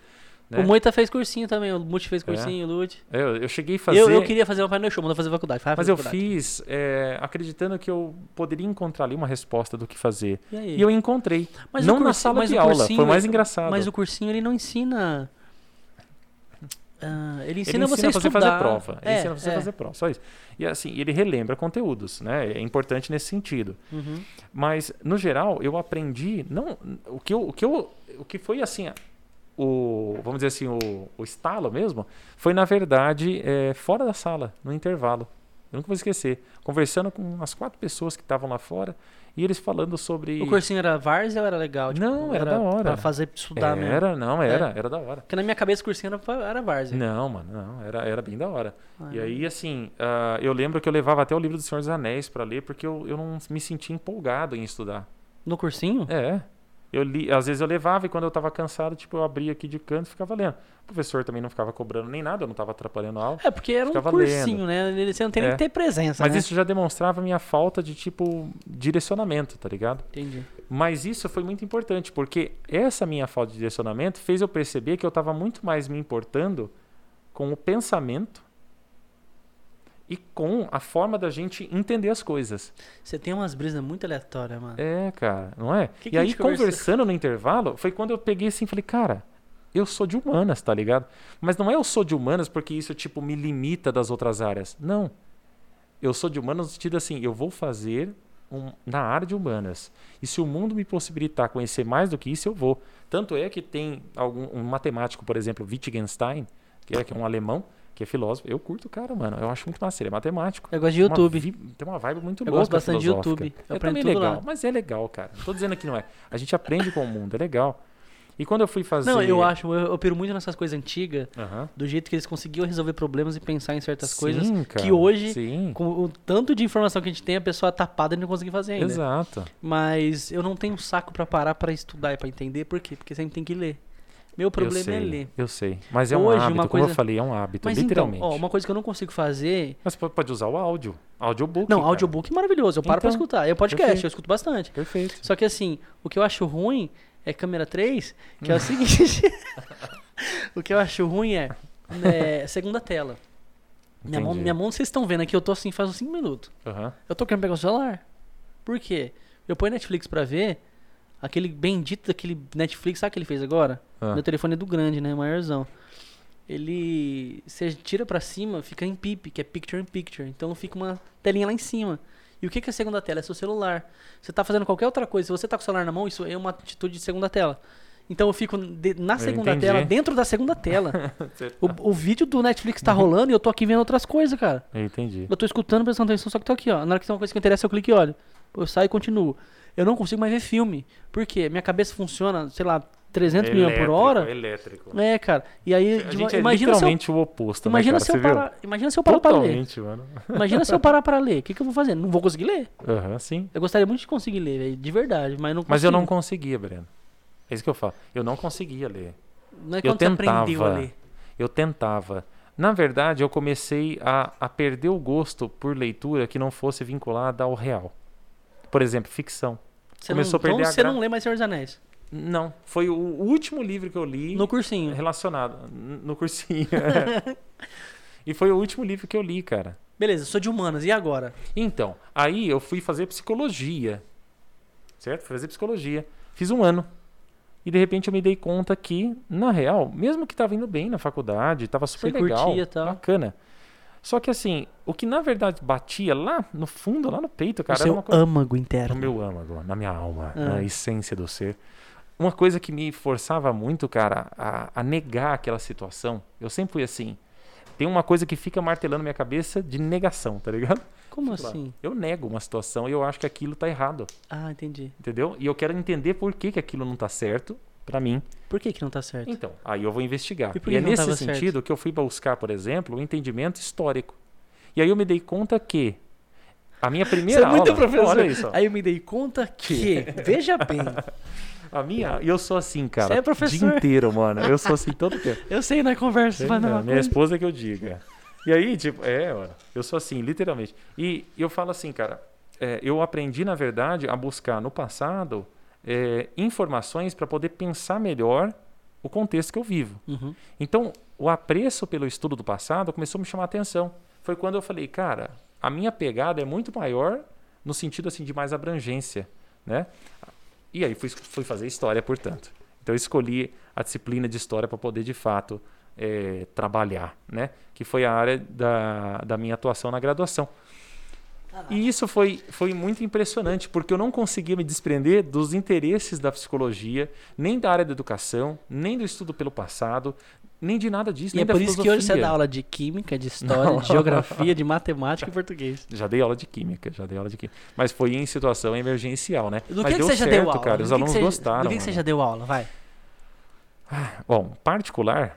Speaker 2: É.
Speaker 1: O Moita fez cursinho também, o Multi fez cursinho, o Lud.
Speaker 2: Eu, eu cheguei a fazer.
Speaker 1: Eu, eu queria fazer uma painel show, mandou fazer faculdade. vai
Speaker 2: Mas
Speaker 1: fazer
Speaker 2: eu
Speaker 1: faculdade.
Speaker 2: fiz é, acreditando que eu poderia encontrar ali uma resposta do que fazer.
Speaker 1: E aí?
Speaker 2: E eu encontrei.
Speaker 1: Mas
Speaker 2: não
Speaker 1: o
Speaker 2: na
Speaker 1: cursi-
Speaker 2: sala
Speaker 1: mas
Speaker 2: de
Speaker 1: o
Speaker 2: aula.
Speaker 1: cursinho-
Speaker 2: Foi mais engraçado.
Speaker 1: Mas o cursinho ele não ensina. Ah, ele ensina,
Speaker 2: ele
Speaker 1: você
Speaker 2: ensina
Speaker 1: a
Speaker 2: você a
Speaker 1: estudar.
Speaker 2: fazer prova. Ele
Speaker 1: É,
Speaker 2: ensina você
Speaker 1: é.
Speaker 2: a fazer prova. Só isso. E assim, ele relembra conteúdos, né? É importante nesse sentido.
Speaker 1: Uhum.
Speaker 2: Mas, no geral, eu aprendi. não O que, eu, o que, eu, o que foi assim. a- O, vamos dizer assim, o, o estalo mesmo, foi na verdade é, fora da sala, no intervalo. Eu nunca vou esquecer. Conversando com as quatro pessoas que estavam lá fora e eles falando sobre.
Speaker 1: O cursinho era Vars ou era legal? Tipo,
Speaker 2: Não, era da hora.
Speaker 1: Pra fazer pra estudar mesmo. É.
Speaker 2: Era, não, era, era da hora.
Speaker 1: Porque na minha cabeça o cursinho era, pra- era Vars.
Speaker 2: Não, mano, não, era, era bem da hora. E aí, assim, ah, eu lembro que eu levava até o livro do Senhor dos Anéis pra ler, porque eu, eu não me sentia empolgado em estudar.
Speaker 1: No cursinho?
Speaker 2: É. Eu li, às vezes eu levava e quando eu tava cansado, tipo, eu abria aqui de canto e ficava lendo. O professor também não ficava cobrando nem nada, eu não tava atrapalhando a aula.
Speaker 1: É, porque era um
Speaker 2: Ficava
Speaker 1: cursinho, né? Ele- Você não tem nem
Speaker 2: É.
Speaker 1: que ter presença,
Speaker 2: Mas
Speaker 1: né?
Speaker 2: isso já demonstrava a minha falta de, tipo, direcionamento, tá ligado?
Speaker 1: Entendi.
Speaker 2: Mas isso foi muito importante, porque essa minha falta de direcionamento fez eu perceber que eu estava muito mais me importando com o pensamento e com a forma da gente entender as coisas.
Speaker 1: Você tem umas brisas muito aleatórias, mano.
Speaker 2: É, cara, não é?
Speaker 1: Que que
Speaker 2: e
Speaker 1: a
Speaker 2: aí,
Speaker 1: gente conversou?
Speaker 2: conversando no intervalo, foi quando eu peguei assim e falei, cara, eu sou de humanas, tá ligado? Mas não é eu sou de humanas porque isso, tipo, me limita das outras áreas. Não. Eu sou de humanas no sentido assim, eu vou fazer um- na área de humanas. E se o mundo me possibilitar conhecer mais do que isso, eu vou. Tanto é que tem algum, um matemático, por exemplo, Wittgenstein, que é, que é um alemão, que é filósofo. Eu curto o cara, mano. Eu acho muito massa. Ele é matemático.
Speaker 1: Eu gosto de
Speaker 2: Tem uma
Speaker 1: YouTube.
Speaker 2: vi- tem uma vibe muito
Speaker 1: Eu
Speaker 2: louca
Speaker 1: gosto bastante de
Speaker 2: filosófica.
Speaker 1: YouTube. Eu
Speaker 2: é
Speaker 1: aprendo
Speaker 2: também
Speaker 1: tudo
Speaker 2: legal,
Speaker 1: lá.
Speaker 2: mas é legal, cara. Não tô dizendo que não é. A gente aprende com o mundo, é legal. E quando eu fui fazer.
Speaker 1: Não, eu acho, eu, eu piro muito nessas coisas antigas,
Speaker 2: Aham.
Speaker 1: do jeito que eles conseguiam resolver problemas e pensar em certas
Speaker 2: Sim,
Speaker 1: coisas.
Speaker 2: cara,
Speaker 1: que hoje,
Speaker 2: Sim.
Speaker 1: Com o tanto de informação que a gente tem, a pessoa tapada e não consegue fazer ainda. é
Speaker 2: Exato.
Speaker 1: Mas eu não tenho saco pra parar pra estudar e pra entender. Por quê? Porque sempre tem que ler. Meu
Speaker 2: eu
Speaker 1: problema
Speaker 2: sei,
Speaker 1: é ler.
Speaker 2: Eu sei. Mas é um
Speaker 1: Hoje,
Speaker 2: hábito,
Speaker 1: uma
Speaker 2: como eu
Speaker 1: coisa-
Speaker 2: falei, é um hábito,
Speaker 1: Mas então,
Speaker 2: literalmente.
Speaker 1: ó, uma coisa que eu não consigo fazer.
Speaker 2: Mas po- pode usar o áudio. Audiobook.
Speaker 1: Não,
Speaker 2: cara.
Speaker 1: audiobook é maravilhoso. Eu paro pra
Speaker 2: Então,
Speaker 1: escutar. É podcast,
Speaker 2: perfeito.
Speaker 1: eu escuto bastante.
Speaker 2: Perfeito.
Speaker 1: Só que assim, o que eu acho ruim é câmera 3, que é o seguinte. o que eu acho ruim é, é, segunda tela. Minha mão,
Speaker 2: Entendi.
Speaker 1: minha mão, vocês estão vendo aqui, eu tô assim faz uns 5 minutos.
Speaker 2: Aham.
Speaker 1: Eu tô querendo pegar o celular. Por quê? Eu ponho Netflix pra ver. Aquele bendito daquele Netflix, sabe o que ele fez agora?
Speaker 2: Ah.
Speaker 1: Meu telefone é do grande, né? Maiorzão. Ele. Você tira pra cima, fica em PIP, que é Picture in Picture. Então fica uma telinha lá em cima. E o que que é segunda tela? É seu celular. Você tá fazendo qualquer outra coisa, se você tá com o celular na mão, isso é uma atitude de segunda tela. Então eu fico de- na segunda
Speaker 2: entendi.
Speaker 1: tela, dentro da segunda tela.
Speaker 2: Você-
Speaker 1: o, o vídeo do Netflix tá rolando e eu tô aqui vendo outras coisas, cara.
Speaker 2: Eu entendi.
Speaker 1: Eu tô escutando, prestando atenção, só que tô aqui, ó. Na hora que tem uma coisa que interessa, eu clico e olho. Eu saio e continuo. Eu não consigo mais ver filme. Por quê? Minha cabeça funciona, sei lá, 300 mil por hora.
Speaker 2: Elétrico.
Speaker 1: É, cara. E aí,
Speaker 2: é A
Speaker 1: de-
Speaker 2: gente é
Speaker 1: imagina se eu,
Speaker 2: literalmente o oposto. né,
Speaker 1: imagina
Speaker 2: cara?
Speaker 1: se eu
Speaker 2: Você viu?
Speaker 1: parar, imagina se eu parar pra ler.
Speaker 2: Totalmente, mano.
Speaker 1: Imagina se eu parar pra ler. O que, que eu vou fazer? Não vou conseguir ler.
Speaker 2: Aham, sim.
Speaker 1: Eu gostaria muito de conseguir ler, velho, de verdade, mas não
Speaker 2: Mas eu não
Speaker 1: consigo.
Speaker 2: conseguia, Breno. É isso que eu falo. Eu não conseguia ler.
Speaker 1: Não é
Speaker 2: eu
Speaker 1: quando você aprendeu a
Speaker 2: tentava.
Speaker 1: ler.
Speaker 2: Eu tentava. Na verdade, eu comecei a, a perder o gosto por leitura que não fosse vinculada ao real. Por exemplo, ficção.
Speaker 1: Você
Speaker 2: Começou a
Speaker 1: não,
Speaker 2: perder
Speaker 1: então
Speaker 2: a
Speaker 1: você
Speaker 2: gra-
Speaker 1: não lê mais Senhor dos Anéis.
Speaker 2: Não, foi o último livro que eu li
Speaker 1: No
Speaker 2: É.
Speaker 1: cursinho.
Speaker 2: relacionado n- no cursinho. e foi o último livro que eu li, cara.
Speaker 1: Beleza, sou de humanas, e agora?
Speaker 2: Então, aí eu fui fazer psicologia. Certo? Fui fazer psicologia. Fiz um ano. E de repente eu me dei conta que, na real, mesmo que tava indo bem na faculdade, tava super
Speaker 1: Você
Speaker 2: legal,
Speaker 1: curtia e tal.
Speaker 2: bacana. Só que assim, o que na verdade batia lá no fundo, lá no peito,
Speaker 1: é O
Speaker 2: cara, era
Speaker 1: seu
Speaker 2: uma coisa
Speaker 1: âmago interno.
Speaker 2: no meu âmago, na minha alma,
Speaker 1: Ah.
Speaker 2: na essência do ser. Uma coisa que me forçava muito, cara, a, a negar aquela situação. Eu sempre fui assim. Tem uma coisa que fica martelando minha cabeça de negação, tá ligado?
Speaker 1: Como
Speaker 2: Sei lá.
Speaker 1: assim?
Speaker 2: Eu nego uma situação e eu acho que aquilo tá errado,
Speaker 1: Ah, entendi.
Speaker 2: entendeu? E eu quero entender por que, que aquilo não tá certo pra mim.
Speaker 1: Por que que não tá certo?
Speaker 2: Então, aí eu vou investigar.
Speaker 1: E por
Speaker 2: E,
Speaker 1: que
Speaker 2: é
Speaker 1: não
Speaker 2: nesse
Speaker 1: tava certo?
Speaker 2: sentido que eu fui buscar, por exemplo, o entendimento histórico. E aí eu me dei conta que a minha primeira
Speaker 1: Você é muito
Speaker 2: aula,
Speaker 1: professor.
Speaker 2: olha isso, ó.
Speaker 1: Aí eu me dei conta que, veja bem,
Speaker 2: A minha, eu sou assim, cara.
Speaker 1: Você é professor.
Speaker 2: O dia inteiro, mano. Eu sou assim todo tempo.
Speaker 1: eu sei na conversa, mas não é
Speaker 2: Não,
Speaker 1: uma
Speaker 2: minha
Speaker 1: coisa.
Speaker 2: esposa que eu diga. E aí, tipo, é, mano, eu sou assim, literalmente. E eu falo assim, cara, é, eu aprendi, na verdade, a buscar no passado é, informações para poder pensar melhor o contexto que eu vivo.
Speaker 1: Uhum.
Speaker 2: Então, o apreço pelo estudo do passado começou a me chamar a atenção. Foi quando eu falei, cara, a minha pegada é muito maior no sentido assim de mais abrangência, né? E aí fui, fui fazer história, portanto. Então eu escolhi a disciplina de história para poder de fato eh, trabalhar, né? Que foi a área da, da minha atuação na graduação.
Speaker 1: Tá
Speaker 2: E isso foi, foi muito impressionante, porque eu não conseguia me desprender dos interesses da psicologia, nem da área da educação, nem do estudo pelo passado, nem de nada disso.
Speaker 1: E
Speaker 2: nem
Speaker 1: é
Speaker 2: da
Speaker 1: por isso que hoje você
Speaker 2: filosofia.
Speaker 1: dá aula de química, de história, de geografia, de matemática e português.
Speaker 2: Já dei aula de química, já dei aula de química. Mas foi em situação emergencial, né?
Speaker 1: Do
Speaker 2: Mas
Speaker 1: que, que
Speaker 2: deu
Speaker 1: você já
Speaker 2: certo,
Speaker 1: deu aula?
Speaker 2: cara. Os
Speaker 1: Do que que
Speaker 2: alunos
Speaker 1: você-
Speaker 2: gostaram.
Speaker 1: Do que, que você
Speaker 2: mano.
Speaker 1: já deu aula? Vai.
Speaker 2: Bom, particular,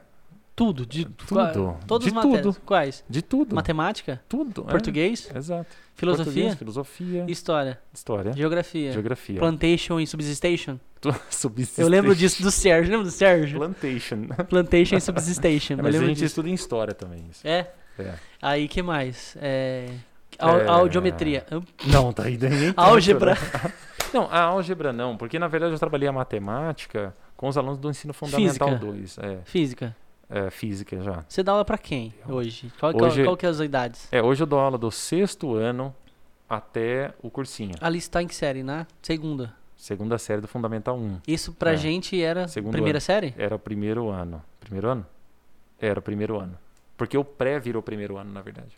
Speaker 1: Tudo, de
Speaker 2: tudo.
Speaker 1: Todas
Speaker 2: de
Speaker 1: as matérias.
Speaker 2: tudo.
Speaker 1: Quais?
Speaker 2: De tudo.
Speaker 1: Matemática?
Speaker 2: tudo. é.
Speaker 1: Português?
Speaker 2: Exato.
Speaker 1: Filosofia?
Speaker 2: Português, filosofia.
Speaker 1: História?
Speaker 2: História.
Speaker 1: Geografia?
Speaker 2: Geografia.
Speaker 1: Plantation e Substation?
Speaker 2: Subsistência.
Speaker 1: Eu lembro disso do Sérgio. Lembra do Sérgio?
Speaker 2: Plantation.
Speaker 1: Plantation e Substation. eu
Speaker 2: É, mas a
Speaker 1: lembro
Speaker 2: gente
Speaker 1: disso.
Speaker 2: estuda em história também. Isso.
Speaker 1: É?
Speaker 2: É.
Speaker 1: Aí, que mais? É... au-
Speaker 2: É.
Speaker 1: Audiometria.
Speaker 2: Não, tá aí daí. nem tanto,
Speaker 1: Álgebra.
Speaker 2: né? Não, a álgebra não, porque na verdade eu trabalhei a matemática com os alunos do ensino fundamental
Speaker 1: Física.
Speaker 2: 2. É,
Speaker 1: Física.
Speaker 2: é, física já.
Speaker 1: Você dá aula pra quem hoje? Qual, qual-
Speaker 2: Hoje-
Speaker 1: qual que é as idades?
Speaker 2: É, hoje eu dou aula do sexto ano até o cursinho.
Speaker 1: Ali está em que série, né? Segunda.
Speaker 2: Segunda série do Fundamental 1.
Speaker 1: Isso pra
Speaker 2: É.
Speaker 1: gente era
Speaker 2: Segundo
Speaker 1: primeira
Speaker 2: ano. É.
Speaker 1: série?
Speaker 2: Era o primeiro ano. Primeiro ano? Era o primeiro ano. Porque o pré virou primeiro ano, na verdade.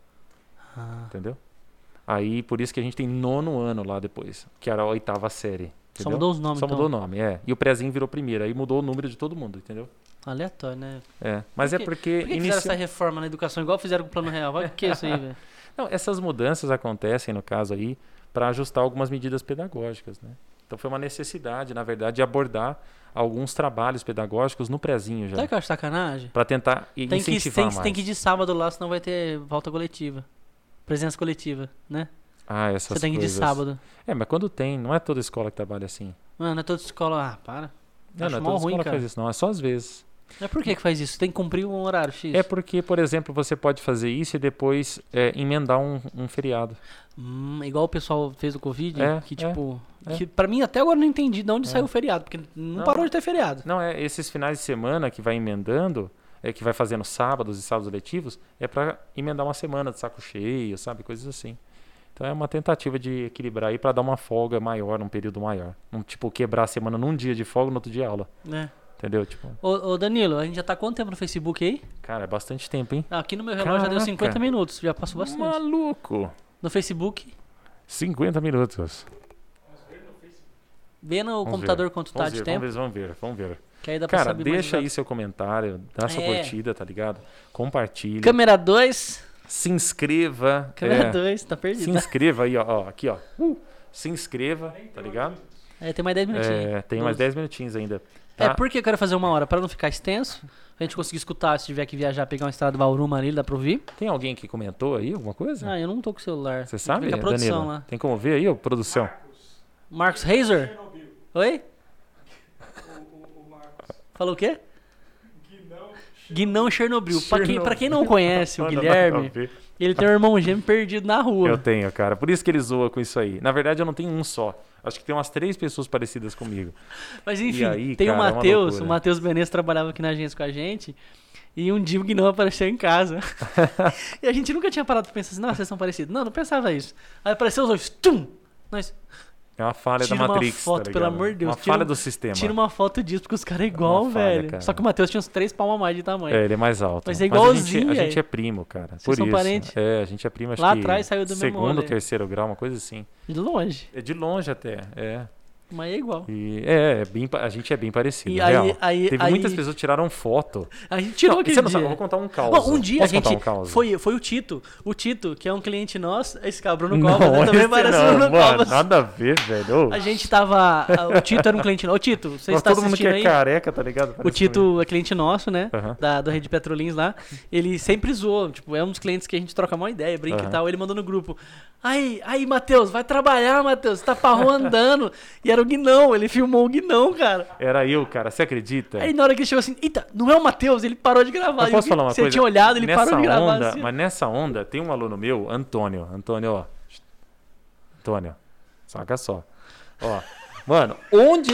Speaker 1: Ah,
Speaker 2: Entendeu? Aí, por isso que a gente tem nono ano lá depois, que era a oitava série.
Speaker 1: só
Speaker 2: entendeu?
Speaker 1: mudou os nomes,
Speaker 2: Só
Speaker 1: então.
Speaker 2: mudou o nome, é. E o prézinho virou primeiro. Aí mudou o número de todo mundo, entendeu?
Speaker 1: Aleatório, né?
Speaker 2: É. Mas
Speaker 1: Por
Speaker 2: é
Speaker 1: que-
Speaker 2: porque.
Speaker 1: Por que que
Speaker 2: inicia-
Speaker 1: fizeram essa reforma na educação igual fizeram com o Plano Real? Olha o que é isso aí, velho?
Speaker 2: Não, essas mudanças acontecem, no caso aí, para ajustar algumas medidas pedagógicas, né? Então foi uma necessidade, na verdade, de abordar alguns trabalhos pedagógicos no prezinho já.
Speaker 1: Sabe o que eu acho sacanagem?
Speaker 2: Para tentar i-
Speaker 1: Tá. Tem que,
Speaker 2: incentivar
Speaker 1: tem, que-
Speaker 2: mais.
Speaker 1: tem que ir de sábado lá, senão vai ter volta coletiva. Presença coletiva, né?
Speaker 2: Ah, essas
Speaker 1: Você tem que ir de
Speaker 2: coisas.
Speaker 1: sábado.
Speaker 2: É, mas quando tem, não é toda escola que trabalha assim.
Speaker 1: Mano, é toda escola. Ah, para.
Speaker 2: Não,
Speaker 1: Acho
Speaker 2: não é
Speaker 1: mó
Speaker 2: toda
Speaker 1: ruim,
Speaker 2: escola que
Speaker 1: cara.
Speaker 2: faz isso, não. É só às vezes.
Speaker 1: Mas por que que faz isso? Tem que cumprir um horário X.
Speaker 2: É porque, por exemplo, você pode fazer isso e depois é, emendar um, um feriado.
Speaker 1: Hum, igual o pessoal fez do Covid,
Speaker 2: É,
Speaker 1: que
Speaker 2: é,
Speaker 1: tipo.
Speaker 2: é.
Speaker 1: Que pra mim até agora eu não entendi de onde
Speaker 2: É.
Speaker 1: saiu o feriado, porque não,
Speaker 2: Não.
Speaker 1: parou de ter feriado.
Speaker 2: Não, é esses finais de semana que vai emendando, é que vai fazendo sábados e sábados letivos, é para emendar uma semana de saco cheio, sabe? Coisas assim. Então é uma tentativa de equilibrar aí para dar uma folga maior, num período maior. Não, tipo, quebrar a semana num dia de folga, no outro dia aula.
Speaker 1: Né?
Speaker 2: Entendeu? Tipo,
Speaker 1: Ô, ô, Danilo, a gente já tá há quanto tempo no Facebook aí?
Speaker 2: cara, é bastante tempo, hein?
Speaker 1: Ah, Aqui no meu relógio já deu
Speaker 2: Caraca.
Speaker 1: 50 minutos, já passou bastante.
Speaker 2: Maluco!
Speaker 1: No Facebook,
Speaker 2: 50 minutos.
Speaker 1: vê no
Speaker 2: ver.
Speaker 1: computador quanto tá
Speaker 2: Vamos
Speaker 1: de
Speaker 2: ver,
Speaker 1: tempo,
Speaker 2: vamos ver, vamos ver, vamos ver.
Speaker 1: que aí dá pra
Speaker 2: Cara,
Speaker 1: saber mais
Speaker 2: deixa
Speaker 1: exato.
Speaker 2: aí seu comentário, dá sua
Speaker 1: É.
Speaker 2: curtida, tá ligado? Compartilha,
Speaker 1: Câmera 2,
Speaker 2: se inscreva.
Speaker 1: câmera
Speaker 2: é.
Speaker 1: 2, tá
Speaker 2: Se
Speaker 1: perdido.
Speaker 2: inscreva aí, ó, ó, aqui, ó. Uh, se inscreva, tá ligado?
Speaker 1: É, tem mais 10 minutinhos.
Speaker 2: É, tem mais
Speaker 1: Doze.
Speaker 2: 10 minutinhos ainda.
Speaker 1: É
Speaker 2: tá?
Speaker 1: porque eu quero fazer uma hora, pra não ficar extenso, pra gente conseguir escutar, se tiver que viajar, pegar uma estrada do Bauru, Marília, dá pra ouvir.
Speaker 2: Tem alguém que comentou aí alguma coisa?
Speaker 1: Ah, eu não tô com o celular.
Speaker 2: Você
Speaker 1: Tem que
Speaker 2: sabe,
Speaker 1: ver com a produção
Speaker 2: Danilo?
Speaker 1: lá.
Speaker 2: Tem como ver aí, ô, produção?
Speaker 1: Ah, Marcos Reiser? Oi? Falou o quê? Guinão Chernobyl. Pra quem, pra quem não conhece o
Speaker 2: Manda
Speaker 1: Guilherme,
Speaker 2: pra ver.
Speaker 1: ele tem um irmão gêmeo perdido na
Speaker 2: Eu
Speaker 1: rua.
Speaker 2: tenho, cara. Por isso que ele zoa com isso aí. Na verdade, eu não tenho um só. Acho que tem umas três pessoas parecidas comigo.
Speaker 1: Mas
Speaker 2: E
Speaker 1: enfim,
Speaker 2: aí,
Speaker 1: tem o
Speaker 2: cara, é uma
Speaker 1: Matheus,
Speaker 2: loucura.
Speaker 1: o Matheus Benes trabalhava aqui na agência com a gente. E um Dig não apareceu em casa. e a gente nunca tinha parado pra pensar assim, nossa, vocês são parecidos. Não, não pensava isso. Aí apareceu os dois, tum! Nós,
Speaker 2: É uma falha
Speaker 1: Tira
Speaker 2: da
Speaker 1: uma
Speaker 2: Matrix. tá
Speaker 1: foto, pelo
Speaker 2: ligado?
Speaker 1: amor de Deus,
Speaker 2: Uma
Speaker 1: tira
Speaker 2: falha
Speaker 1: um-
Speaker 2: do sistema.
Speaker 1: tira uma foto disso, porque os caras é igual,
Speaker 2: uma falha,
Speaker 1: velho.
Speaker 2: cara.
Speaker 1: Só que o Matheus tinha uns três palmas a mais de tamanho.
Speaker 2: É, ele é mais alto.
Speaker 1: Mas é
Speaker 2: a
Speaker 1: igualzinho,
Speaker 2: gente, a gente
Speaker 1: é.
Speaker 2: é primo, cara.
Speaker 1: Vocês
Speaker 2: por
Speaker 1: são
Speaker 2: isso.
Speaker 1: parente?
Speaker 2: É, a gente é primo, acho
Speaker 1: Lá
Speaker 2: que
Speaker 1: atrás saiu do mesmo
Speaker 2: Segundo,
Speaker 1: rolê.
Speaker 2: terceiro grau, uma coisa assim.
Speaker 1: De longe.
Speaker 2: É de longe até, é.
Speaker 1: Mas é igual.
Speaker 2: E é, é bem, pa- a gente é bem parecido,
Speaker 1: E
Speaker 2: real.
Speaker 1: aí, aí,
Speaker 2: Teve
Speaker 1: aí,
Speaker 2: muitas pessoas que tiraram foto.
Speaker 1: A gente tirou
Speaker 2: Não,
Speaker 1: aquele
Speaker 2: você não
Speaker 1: dia.
Speaker 2: sabe, eu vou contar um caos.
Speaker 1: Bom, um dia a gente.
Speaker 2: um caos?
Speaker 1: foi, foi o Tito. O Tito, que é um cliente nosso. Esse cara, Bruno
Speaker 2: não,
Speaker 1: Covas, né? Também
Speaker 2: esse
Speaker 1: parece o
Speaker 2: não,
Speaker 1: Bruno
Speaker 2: mano,
Speaker 1: Covas.
Speaker 2: Nada a ver, velho. Ô,
Speaker 1: assim. A gente tava. a- O Tito era um cliente nosso. Ô, Tito, você
Speaker 2: mas
Speaker 1: está
Speaker 2: todo mundo que
Speaker 1: assistindo
Speaker 2: é
Speaker 1: aí?
Speaker 2: careca, tá ligado?
Speaker 1: O
Speaker 2: Parece comigo.
Speaker 1: Tito é cliente nosso, né?
Speaker 2: Aham.
Speaker 1: Da, da Rede Petrolins lá. Ele sempre zoou. Tipo, é um dos clientes que a gente troca a maior ideia, brinca
Speaker 2: Aham.
Speaker 1: e tal. Ele mandou no grupo. Aí, aí, Matheus, vai trabalhar, Matheus. Você tá pra rua andando. E era o Guinão. Ele filmou o Guinão, cara.
Speaker 2: Era eu, cara. Você acredita?
Speaker 1: Aí na hora que ele chegou assim, eita, não é o Matheus, ele parou de gravar.
Speaker 2: Mas posso
Speaker 1: E o Gui-
Speaker 2: falar uma
Speaker 1: você
Speaker 2: coisa?
Speaker 1: tinha olhado, ele
Speaker 2: nessa
Speaker 1: parou de gravar.
Speaker 2: onda,
Speaker 1: assim.
Speaker 2: Mas nessa onda, tem um aluno meu, Antônio. Antônio, ó. Antônio, saca só. Ó, mano, onde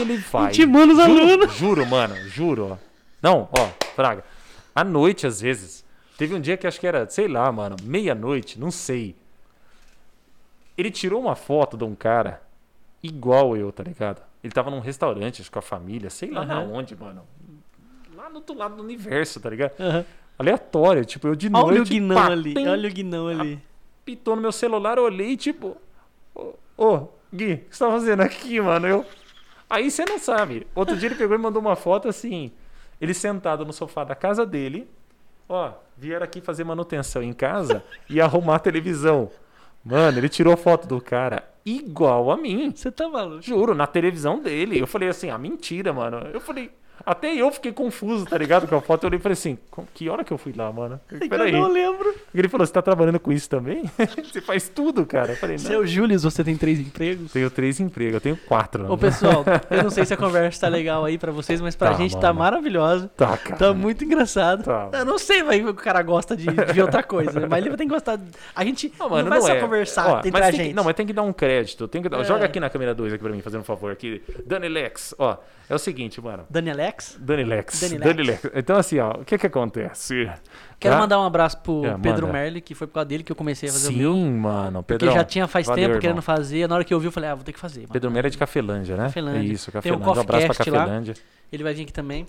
Speaker 2: ele vai?
Speaker 1: Intimando os
Speaker 2: juro,
Speaker 1: alunos.
Speaker 2: Juro, mano, juro, ó. Não, ó, Fraga. À noite, às vezes. Teve um dia que acho que era, sei lá, mano, meia-noite, não sei. Ele tirou uma foto de um cara igual eu, tá ligado? Ele tava num restaurante, acho que com a família, sei lá na
Speaker 1: Aham.
Speaker 2: onde, mano. Lá no outro lado do universo, tá ligado?
Speaker 1: Aham.
Speaker 2: aleatório, tipo, eu de noite,
Speaker 1: Olha o Guinão
Speaker 2: pá,
Speaker 1: ali,
Speaker 2: pim,
Speaker 1: olha o Guinão ali.
Speaker 2: pitou no meu celular, eu olhei, tipo, ô, ô, Gui, o que você tá fazendo aqui, mano? Eu... Aí você não sabe. Outro dia ele pegou e mandou uma foto assim, ele sentado no sofá da casa dele, ó, vieram aqui fazer manutenção em casa e arrumar a televisão. Mano, ele tirou foto do cara igual a mim.
Speaker 1: Você tá maluco?
Speaker 2: Juro, na televisão dele. Eu falei assim, ah, mentira, mano. Eu falei, até eu fiquei confuso, tá ligado? Com a foto, eu olhei e falei assim, "Com- que hora que eu fui lá, mano? Peraí.
Speaker 1: Eu não lembro.
Speaker 2: Ele falou, você tá trabalhando com isso também? você faz tudo, cara. Eu falei, não.
Speaker 1: Seu Júlio, você tem três empregos?
Speaker 2: Tenho três empregos, eu tenho quatro. né?"
Speaker 1: Ô pessoal, eu não sei se a conversa tá legal aí pra vocês, mas pra
Speaker 2: Tá,
Speaker 1: gente tá
Speaker 2: mano.
Speaker 1: maravilhosa.
Speaker 2: Tá, cara.
Speaker 1: Tá muito engraçado.
Speaker 2: Tá.
Speaker 1: Eu não sei vai, o cara gosta de, de ver outra coisa, né? mas ele tem que gostar. A gente não, vai só
Speaker 2: é.
Speaker 1: conversar
Speaker 2: Ó,
Speaker 1: entre
Speaker 2: mas
Speaker 1: a
Speaker 2: tem que-
Speaker 1: gente.
Speaker 2: não, mas tem que dar um crédito. Tem que dar-
Speaker 1: É.
Speaker 2: Joga aqui na câmera 2 aqui pra mim, fazendo um favor aqui. Dani Lex, ó. É o seguinte, mano.
Speaker 1: Dani Alex,
Speaker 2: Dani Lex.
Speaker 1: Dani
Speaker 2: Dani Lex. Então, assim, ó, o que que acontece?
Speaker 1: quero
Speaker 2: Tá?
Speaker 1: mandar um abraço pro
Speaker 2: É,
Speaker 1: Pedro
Speaker 2: manda.
Speaker 1: Merli, que foi por causa dele que eu comecei a fazer o
Speaker 2: Sim,
Speaker 1: meu.
Speaker 2: mano.
Speaker 1: Porque
Speaker 2: Pedrão,
Speaker 1: já tinha faz
Speaker 2: valeu,
Speaker 1: tempo
Speaker 2: irmão.
Speaker 1: querendo fazer, na hora que eu vi, eu falei, ah, vou ter que fazer. mano.
Speaker 2: Pedro Mera é de Cafelândia, né?
Speaker 1: Cafelândia.
Speaker 2: Isso,
Speaker 1: Tem o
Speaker 2: Cafelândia. um abraço pra
Speaker 1: Coffcast lá.
Speaker 2: Cafelândia.
Speaker 1: Ele vai vir aqui também.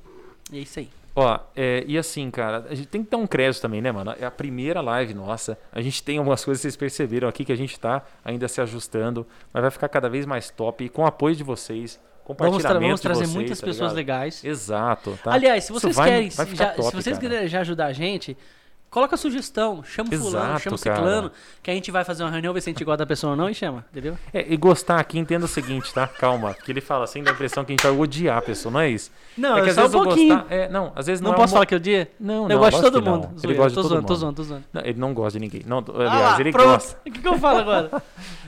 Speaker 1: E é isso aí.
Speaker 2: Ó, é, e assim, cara, a gente tem que dar um crédito também, né, mano? É a primeira live nossa. A gente tem algumas coisas que vocês perceberam aqui que a gente tá ainda se ajustando, mas vai ficar cada vez mais top. E com o apoio de vocês,
Speaker 1: Vamos,
Speaker 2: compartilhamento
Speaker 1: tra- vamos
Speaker 2: de
Speaker 1: trazer
Speaker 2: vocês,
Speaker 1: muitas
Speaker 2: tá
Speaker 1: pessoas
Speaker 2: ligado?
Speaker 1: legais.
Speaker 2: Exato, tá?
Speaker 1: Aliás, se
Speaker 2: Isso
Speaker 1: vocês
Speaker 2: vai-
Speaker 1: querem,
Speaker 2: vai ficar
Speaker 1: já-
Speaker 2: top,
Speaker 1: se vocês
Speaker 2: cara.
Speaker 1: quiserem já ajudar a gente, coloca sugestão, chama o fulano,
Speaker 2: Exato,
Speaker 1: chama o
Speaker 2: cara.
Speaker 1: ciclano, que a gente vai fazer uma reunião, ver se a gente gosta da pessoa ou não e chama, entendeu?
Speaker 2: É, e gostar aqui, entenda o seguinte, tá? Calma, que ele fala assim, dá a impressão que a gente vai odiar a pessoa, não é isso?
Speaker 1: Não,
Speaker 2: é que
Speaker 1: é
Speaker 2: às
Speaker 1: só um
Speaker 2: vezes eu
Speaker 1: pouquinho.
Speaker 2: gostar- é, não, às vezes não,
Speaker 1: não
Speaker 2: é
Speaker 1: posso
Speaker 2: uma-
Speaker 1: falar que eu dia?
Speaker 2: Não, não,
Speaker 1: eu gosto de
Speaker 2: lógico
Speaker 1: todo
Speaker 2: que não.
Speaker 1: mundo.
Speaker 2: Ele
Speaker 1: Zoeira,
Speaker 2: gosta de
Speaker 1: tô
Speaker 2: todo
Speaker 1: zoando, tô
Speaker 2: mundo.
Speaker 1: zoando, tô zoando.
Speaker 2: Não, ele não gosta de ninguém. Não,
Speaker 1: Ah
Speaker 2: aliás,
Speaker 1: lá,
Speaker 2: ele
Speaker 1: pronto.
Speaker 2: gosta.
Speaker 1: O que, que eu falo agora?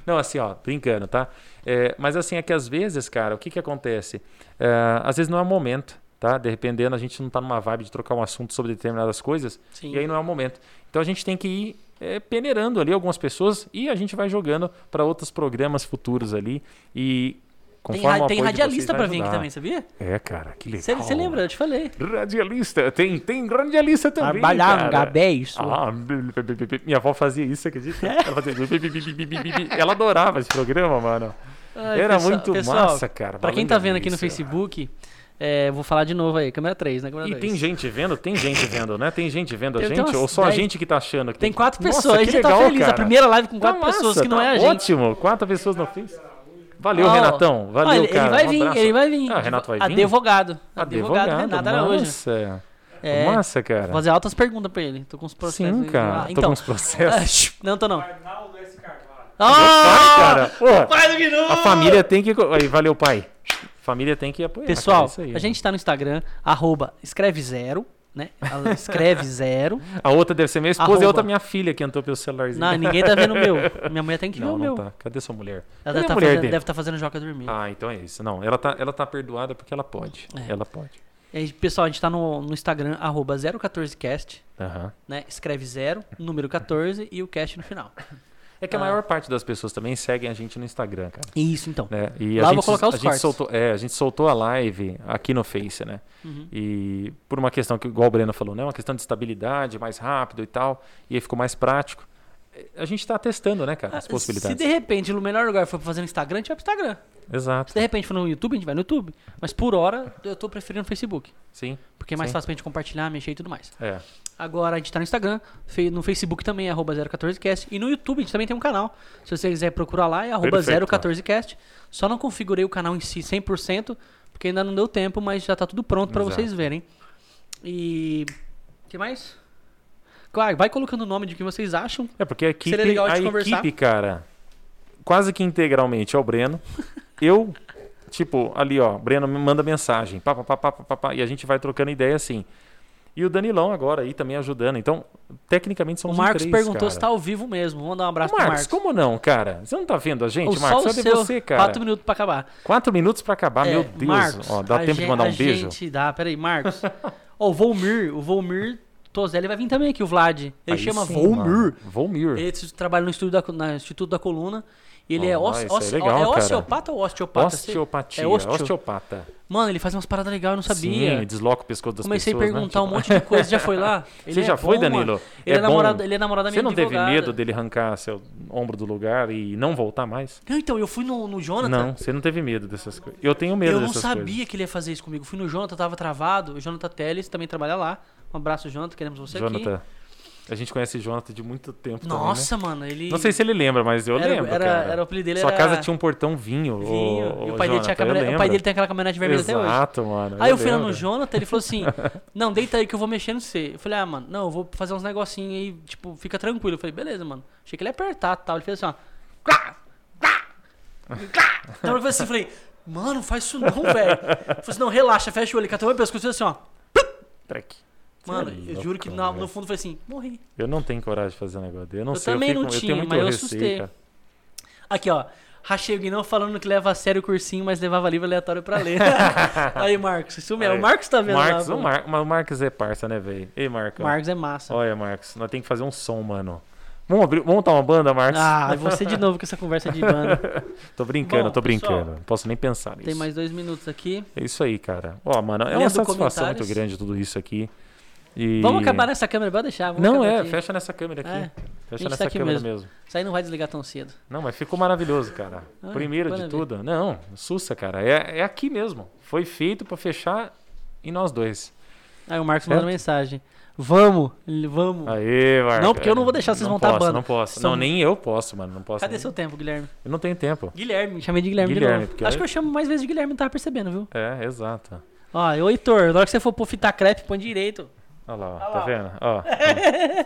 Speaker 2: Não, assim, ó, brincando, tá? É, mas assim, é que às vezes, cara, o que que acontece? É, às vezes não é o momento, tá? De repente, a gente não tá numa vibe de trocar um assunto sobre determinadas coisas
Speaker 1: Sim.
Speaker 2: e aí não é o momento. Então a gente tem que ir é, peneirando ali algumas pessoas e a gente vai jogando para outros programas futuros ali e
Speaker 1: tem
Speaker 2: conforme
Speaker 1: ra-
Speaker 2: o
Speaker 1: tem
Speaker 2: apoio de
Speaker 1: radialista pra
Speaker 2: vocês, vai
Speaker 1: vir aqui
Speaker 2: ajudar.
Speaker 1: também, sabia?
Speaker 2: É, cara, que legal.
Speaker 1: Você lembra? Eu te falei.
Speaker 2: Radialista, tem, tem radialista também, cara.
Speaker 1: isso.
Speaker 2: Ah, bi- bi- bi- bi- bi- minha avó fazia isso, você acredita?
Speaker 1: É.
Speaker 2: Ela fazia. bi- bi- bi- bi- bi- bi- bi- bi- Ela adorava esse programa, mano.
Speaker 1: Ai,
Speaker 2: Era
Speaker 1: pessoal-
Speaker 2: muito
Speaker 1: pessoal,
Speaker 2: massa, cara.
Speaker 1: Pra quem
Speaker 2: valendo
Speaker 1: tá vendo aqui no
Speaker 2: isso.
Speaker 1: Facebook, é, vou falar de novo aí, câmera 3, né? Câmera
Speaker 2: E
Speaker 1: 2.
Speaker 2: tem gente vendo? Tem gente vendo, né? Tem gente vendo a
Speaker 1: Eu tenho
Speaker 2: gente?
Speaker 1: umas
Speaker 2: Ou só a
Speaker 1: dez-
Speaker 2: gente que tá achando que
Speaker 1: Tem quatro
Speaker 2: Nossa,
Speaker 1: pessoas, a
Speaker 2: que
Speaker 1: gente tá
Speaker 2: legal,
Speaker 1: feliz. A
Speaker 2: cara.
Speaker 1: primeira live com
Speaker 2: Tá
Speaker 1: quatro pessoas
Speaker 2: massa,
Speaker 1: que não
Speaker 2: tá
Speaker 1: é a gente.
Speaker 2: Ótimo, quatro pessoas no Face. Valeu,
Speaker 1: Ó,
Speaker 2: Renatão. Valeu,
Speaker 1: Olha, ele,
Speaker 2: cara.
Speaker 1: vai
Speaker 2: um
Speaker 1: vir,
Speaker 2: abraço.
Speaker 1: ele vai vir.
Speaker 2: Ah, Renato vai vir?
Speaker 1: Advogado.
Speaker 2: Advogado,
Speaker 1: Advogado, Renato Araújo.
Speaker 2: Massa.
Speaker 1: É,
Speaker 2: Massa, cara.
Speaker 1: Vou fazer altas perguntas pra ele. Tô com os processos.
Speaker 2: Sim,
Speaker 1: aí.
Speaker 2: cara.
Speaker 1: Ah,
Speaker 2: Tô com
Speaker 1: então.
Speaker 2: uns processos.
Speaker 1: Não, tô não.
Speaker 4: Arnaldo S. Carvalho.
Speaker 2: Ai,
Speaker 1: Ah!
Speaker 2: cara. Pô,
Speaker 1: Pai do Guinu!
Speaker 2: A família tem que. Aí, valeu, pai. Família tem que apoiar. cara, é
Speaker 1: Pessoal,
Speaker 2: isso aí,
Speaker 1: a gente tá no Instagram, arroba escreve zero, né? A- Escreve zero.
Speaker 2: A outra deve ser minha esposa e
Speaker 1: Arroba.
Speaker 2: a outra minha filha que entrou pelo celularzinho.
Speaker 1: Não, ninguém tá vendo o meu. Minha mulher tem que ver
Speaker 2: não,
Speaker 1: o
Speaker 2: não
Speaker 1: meu.
Speaker 2: tá. Cadê sua mulher?
Speaker 1: Ela
Speaker 2: Cadê
Speaker 1: deve
Speaker 2: a
Speaker 1: tá,
Speaker 2: mulher
Speaker 1: fazendo,
Speaker 2: dele?
Speaker 1: deve tá fazendo joca dormir.
Speaker 2: Ah, então é isso. Não, ela tá, ela tá perdoada porque ela pode.
Speaker 1: É.
Speaker 2: Ela pode.
Speaker 1: E aí, pessoal, a gente tá no, no Instagram, arroba 014cast,
Speaker 2: Aham.
Speaker 1: né? Escreve zero, número 14 e o cast no final.
Speaker 2: É que a
Speaker 1: Ah.
Speaker 2: maior parte das pessoas também seguem a gente no Instagram, cara.
Speaker 1: Isso, então.
Speaker 2: Né? E
Speaker 1: Lá
Speaker 2: a
Speaker 1: eu
Speaker 2: gente,
Speaker 1: vou colocar os
Speaker 2: a gente
Speaker 1: cortes.
Speaker 2: soltou, é, a gente soltou a live aqui no Face, né?
Speaker 1: Uhum.
Speaker 2: E por uma questão que, igual o Breno falou, né? Uma questão de estabilidade, mais rápido e tal. E aí ficou mais prático. Eh, A gente tá testando, né, cara, as
Speaker 1: Ah,
Speaker 2: possibilidades.
Speaker 1: Se de repente o melhor lugar for pra fazer no Instagram, a gente vai pro Instagram.
Speaker 2: Exato.
Speaker 1: Se de repente for no YouTube, a gente vai no YouTube. Mas por hora, eu tô preferindo o Facebook.
Speaker 2: Sim.
Speaker 1: Porque é mais
Speaker 2: Sim.
Speaker 1: fácil pra gente compartilhar, mexer e tudo mais.
Speaker 2: É.
Speaker 1: Agora a gente tá no Instagram, fe- no Facebook também é arroba 014cast. E no YouTube a gente também tem um canal. Se você quiser procurar lá, é arroba
Speaker 2: Perfeito.
Speaker 1: 014cast. Só não configurei o canal em si 100%, porque ainda não deu tempo, mas já tá tudo pronto pra
Speaker 2: Exato.
Speaker 1: vocês verem. E. O que mais? Claro, vai colocando o nome de quem vocês acham.
Speaker 2: É porque a equipe,
Speaker 1: Seria legal a
Speaker 2: a
Speaker 1: gente conversar.
Speaker 2: equipe, cara, quase que integralmente é o Breno. Eu, tipo, ali, ó, Breno me manda mensagem, pá, pá, pá, pá, pá, pá, pá, e a gente vai trocando ideia assim. E o Danilão agora aí também ajudando. Então, tecnicamente somos
Speaker 1: o Marcos
Speaker 2: em três,
Speaker 1: perguntou
Speaker 2: cara.
Speaker 1: se tá ao vivo mesmo. Vamos dar um abraço
Speaker 2: Ô, Marcos,
Speaker 1: pro Marcos.
Speaker 2: como não, cara? Você não tá vendo a gente,
Speaker 1: Ou
Speaker 2: Marcos?
Speaker 1: só o
Speaker 2: Cadê
Speaker 1: seu,
Speaker 2: você, cara?
Speaker 1: Quatro minutos pra acabar.
Speaker 2: Quatro minutos pra acabar,
Speaker 1: É,
Speaker 2: Ah, meu Deus.
Speaker 1: Marcos,
Speaker 2: ó, dá
Speaker 1: a
Speaker 2: tempo de
Speaker 1: gen-
Speaker 2: mandar
Speaker 1: a
Speaker 2: um beijo?
Speaker 1: Gente, dá, peraí, Marcos. Ó, o Volmir, o Volmir Tozelli vai vir também aqui, o Vlad. Ele
Speaker 2: Aí
Speaker 1: chama
Speaker 2: sim,
Speaker 1: Volmir.
Speaker 2: mano. Volmir.
Speaker 1: Ele é trabalha no, estúdio da, co- na Instituto da Coluna. E ele
Speaker 2: Ó,
Speaker 1: é,
Speaker 2: ó,
Speaker 1: oce,
Speaker 2: isso é
Speaker 1: oce-
Speaker 2: legal,
Speaker 1: é
Speaker 2: cara.
Speaker 1: osteopata ou osteopata?
Speaker 2: Osteopatia.
Speaker 1: um É osteo.
Speaker 2: Osteopata.
Speaker 1: Mano, ele faz umas paradas legais, eu não sabia.
Speaker 2: Sim, desloca o pescoço das
Speaker 1: Comecei a
Speaker 2: pessoas. né?
Speaker 1: perguntar um
Speaker 2: Tipo-
Speaker 1: monte de coisa, já foi lá? Ele
Speaker 2: Você
Speaker 1: é
Speaker 2: já foi,
Speaker 1: bom,
Speaker 2: Danilo?
Speaker 1: mano. Ele é,
Speaker 2: bom.
Speaker 1: namorado, ele é namorado da
Speaker 2: Você
Speaker 1: minha
Speaker 2: não teve
Speaker 1: advogada.
Speaker 2: medo dele arrancar seu ombro do lugar e não voltar mais?
Speaker 1: Não, então, eu fui no, no Jonathan.
Speaker 2: Não, você não teve medo dessas coisas. Eu tenho medo
Speaker 1: eu não
Speaker 2: dessas
Speaker 1: sabia
Speaker 2: coisas.
Speaker 1: que ele ia fazer isso comigo. Fui no Jonathan, tava travado. O Jonathan Teles também trabalha lá. Um abraço, Jonathan. Queremos você aqui.
Speaker 2: Jonathan. A gente conhece Jonathan de muito tempo também,
Speaker 1: Nossa, mano, ele.
Speaker 2: né? Não sei se ele lembra, mas eu
Speaker 1: era,
Speaker 2: lembro,
Speaker 1: era,
Speaker 2: cara.
Speaker 1: era o apelido dele
Speaker 2: Sua
Speaker 1: era
Speaker 2: casa tinha um portão vinho.
Speaker 1: vinho.
Speaker 2: ô-
Speaker 1: e
Speaker 2: ô,
Speaker 1: o pai, dele tinha a caminhonete-
Speaker 2: Jonathan, eu
Speaker 1: o pai
Speaker 2: lembro.
Speaker 1: dele tem aquela caminhonete vermelha até hoje.
Speaker 2: Exato, mano.
Speaker 1: Aí eu fui lá no
Speaker 2: lembro.
Speaker 1: Jonathan, ele falou assim: Não, deita aí que eu vou mexer no C. Eu falei, ah, mano, não, eu vou fazer uns negocinhos aí, tipo, fica tranquilo. Eu falei, beleza, mano. Achei que ele ia apertar e tal. Ele fez assim, ó. Clá, clá, clá. Então eu falei assim, falei, mano, faz isso não, velho. Eu falei assim, não, relaxa, fecha o olho, catou meu pescoço e fez assim, ó.
Speaker 2: Trek.
Speaker 1: Mano,
Speaker 2: Você é
Speaker 1: eu juro que
Speaker 2: loucão,
Speaker 1: na-
Speaker 2: velho.
Speaker 1: no fundo foi assim, morri.
Speaker 2: Eu não tenho coragem de fazer um negócio dele. Eu não
Speaker 1: Eu
Speaker 2: sei,
Speaker 1: também
Speaker 2: eu,
Speaker 1: não
Speaker 2: fico, eu
Speaker 1: tinha,
Speaker 2: tenho muito
Speaker 1: mas eu
Speaker 2: receio,
Speaker 1: assustei.
Speaker 2: cara.
Speaker 1: Aqui, ó. Rachei o Guinão falando que leva a sério o cursinho, mas levava livro aleatório pra ler. aí, Marcos, isso mesmo.
Speaker 2: Aí.
Speaker 1: O Marcos tá vendo
Speaker 2: Marcos,
Speaker 1: lá.
Speaker 2: o,
Speaker 1: pô.
Speaker 2: Mar... mas o Marcos é parça, né, velho? Ei, Marcos.
Speaker 1: Marcos é massa.
Speaker 2: Olha, Marcos, nós temos que fazer um som, mano. Vamos, abrir, vamos montar uma banda, Marcos?
Speaker 1: Ah, você de novo com essa conversa de banda.
Speaker 2: Tô brincando,
Speaker 1: Bom,
Speaker 2: tô brincando.
Speaker 1: pessoal,
Speaker 2: Não posso nem pensar nisso.
Speaker 1: Tem mais dois minutos aqui.
Speaker 2: É isso aí, cara. Ó, mano, é uma
Speaker 1: Lendo
Speaker 2: satisfação
Speaker 1: comentários.
Speaker 2: muito grande tudo isso aqui. E-
Speaker 1: Vamos acabar nessa câmera, pode deixar. Vamos
Speaker 2: Não,
Speaker 1: acabar
Speaker 2: é,
Speaker 1: aqui.
Speaker 2: fecha nessa câmera aqui.
Speaker 1: É, a gente
Speaker 2: Fecha
Speaker 1: tá
Speaker 2: nessa
Speaker 1: aqui
Speaker 2: câmera
Speaker 1: mesmo.
Speaker 2: mesmo.
Speaker 1: Isso aí não vai desligar tão cedo.
Speaker 2: Não, mas ficou maravilhoso, cara.
Speaker 1: Ah,
Speaker 2: Primeiro de
Speaker 1: maravilha.
Speaker 2: tudo. Não, sussa, cara. É, é aqui mesmo. Foi feito pra fechar em nós dois.
Speaker 1: Aí o Marcos
Speaker 2: Certo?
Speaker 1: manda mensagem. Vamos, ele- vamos.
Speaker 2: Aê, Marcos.
Speaker 1: Não, porque eu não vou deixar vocês
Speaker 2: Não
Speaker 1: montar a
Speaker 2: posso,
Speaker 1: banda.
Speaker 2: Não posso,
Speaker 1: São-
Speaker 2: Não, nem eu posso, mano. Não posso.
Speaker 1: Cadê
Speaker 2: nem-
Speaker 1: seu tempo, Guilherme?
Speaker 2: Eu não tenho tempo.
Speaker 1: Guilherme, chamei de Guilherme,
Speaker 2: Guilherme,
Speaker 1: de
Speaker 2: porque
Speaker 1: novo. Acho
Speaker 2: eu-
Speaker 1: que eu chamo mais vezes de Guilherme, não tava percebendo, viu?
Speaker 2: É, exato.
Speaker 1: Ó, ô Heitor, na hora que você for pôr fita crepe, põe direito.
Speaker 2: Olha lá, ó,
Speaker 1: Olha
Speaker 2: tá
Speaker 1: lá.
Speaker 2: vendo? Ó,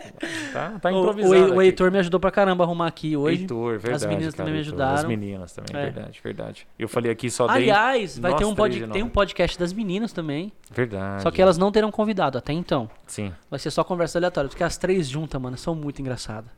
Speaker 2: tá, tá
Speaker 1: O-
Speaker 2: improvisado.
Speaker 1: O, o
Speaker 2: aqui.
Speaker 1: Heitor me ajudou pra caramba a arrumar aqui hoje.
Speaker 2: Heitor, verdade,
Speaker 1: meninas
Speaker 2: cara,
Speaker 1: também me
Speaker 2: Heitor. As
Speaker 1: ajudaram.
Speaker 2: meninas também,
Speaker 1: É.
Speaker 2: verdade, verdade. Eu falei aqui só dei...
Speaker 1: Aliás, vai ter
Speaker 2: nós
Speaker 1: um,
Speaker 2: três de
Speaker 1: pod... tem um
Speaker 2: nome.
Speaker 1: podcast das meninas também.
Speaker 2: Verdade.
Speaker 1: Só que elas não terão convidado até então.
Speaker 2: Sim,
Speaker 1: Vai ser só conversa aleatória, porque as três juntas, mano, são muito engraçadas.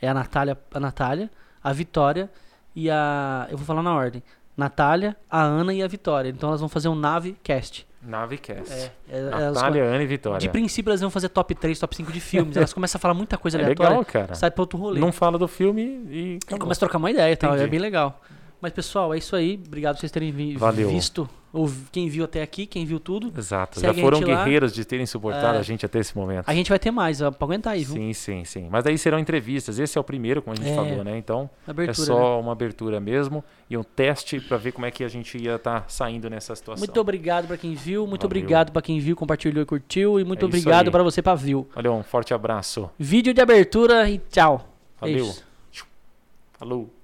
Speaker 1: É a Natália, a Natália, a Vitória e a. Eu vou falar na ordem. Natália, a Ana e a Vitória. Então elas vão fazer um Navecast.
Speaker 2: Navecast.
Speaker 1: É, elas-
Speaker 2: Natália, Ana e Vitória.
Speaker 1: de princípio, elas vão fazer top 3, top 5 de filmes. Elas começam a falar muita coisa
Speaker 2: É
Speaker 1: aleatória.
Speaker 2: legal, cara.
Speaker 1: Sai pra outro rolê.
Speaker 2: Não fala do filme e...
Speaker 1: E
Speaker 2: acabou.
Speaker 1: começa a trocar uma ideia e tal. É
Speaker 2: Tá Entendi.
Speaker 1: bem legal. Mas, pessoal, é isso aí. Obrigado por vocês terem vi-
Speaker 2: Valeu.
Speaker 1: visto. Ou quem viu até aqui, quem viu tudo.
Speaker 2: Exato,
Speaker 1: Segue a
Speaker 2: já foram
Speaker 1: gente lá.
Speaker 2: guerreiros de terem suportado
Speaker 1: É.
Speaker 2: a gente até esse momento.
Speaker 1: A gente vai ter mais, ó, pra aguentar aí, viu?
Speaker 2: Sim, sim, sim. Mas daí serão entrevistas. Esse é o primeiro, como a gente
Speaker 1: É.
Speaker 2: falou, né? Então,
Speaker 1: Abertura.
Speaker 2: é
Speaker 1: né?
Speaker 2: só uma abertura mesmo e um teste pra ver como é que a gente ia estar saindo nessa situação.
Speaker 1: Muito obrigado pra quem viu, muito
Speaker 2: Valeu.
Speaker 1: obrigado pra quem viu, compartilhou e curtiu e muito
Speaker 2: É isso
Speaker 1: obrigado
Speaker 2: aí.
Speaker 1: pra você pra viu.
Speaker 2: Valeu, um forte abraço.
Speaker 1: Vídeo de abertura e tchau. É
Speaker 2: Valeu.
Speaker 1: isso.
Speaker 2: Falou.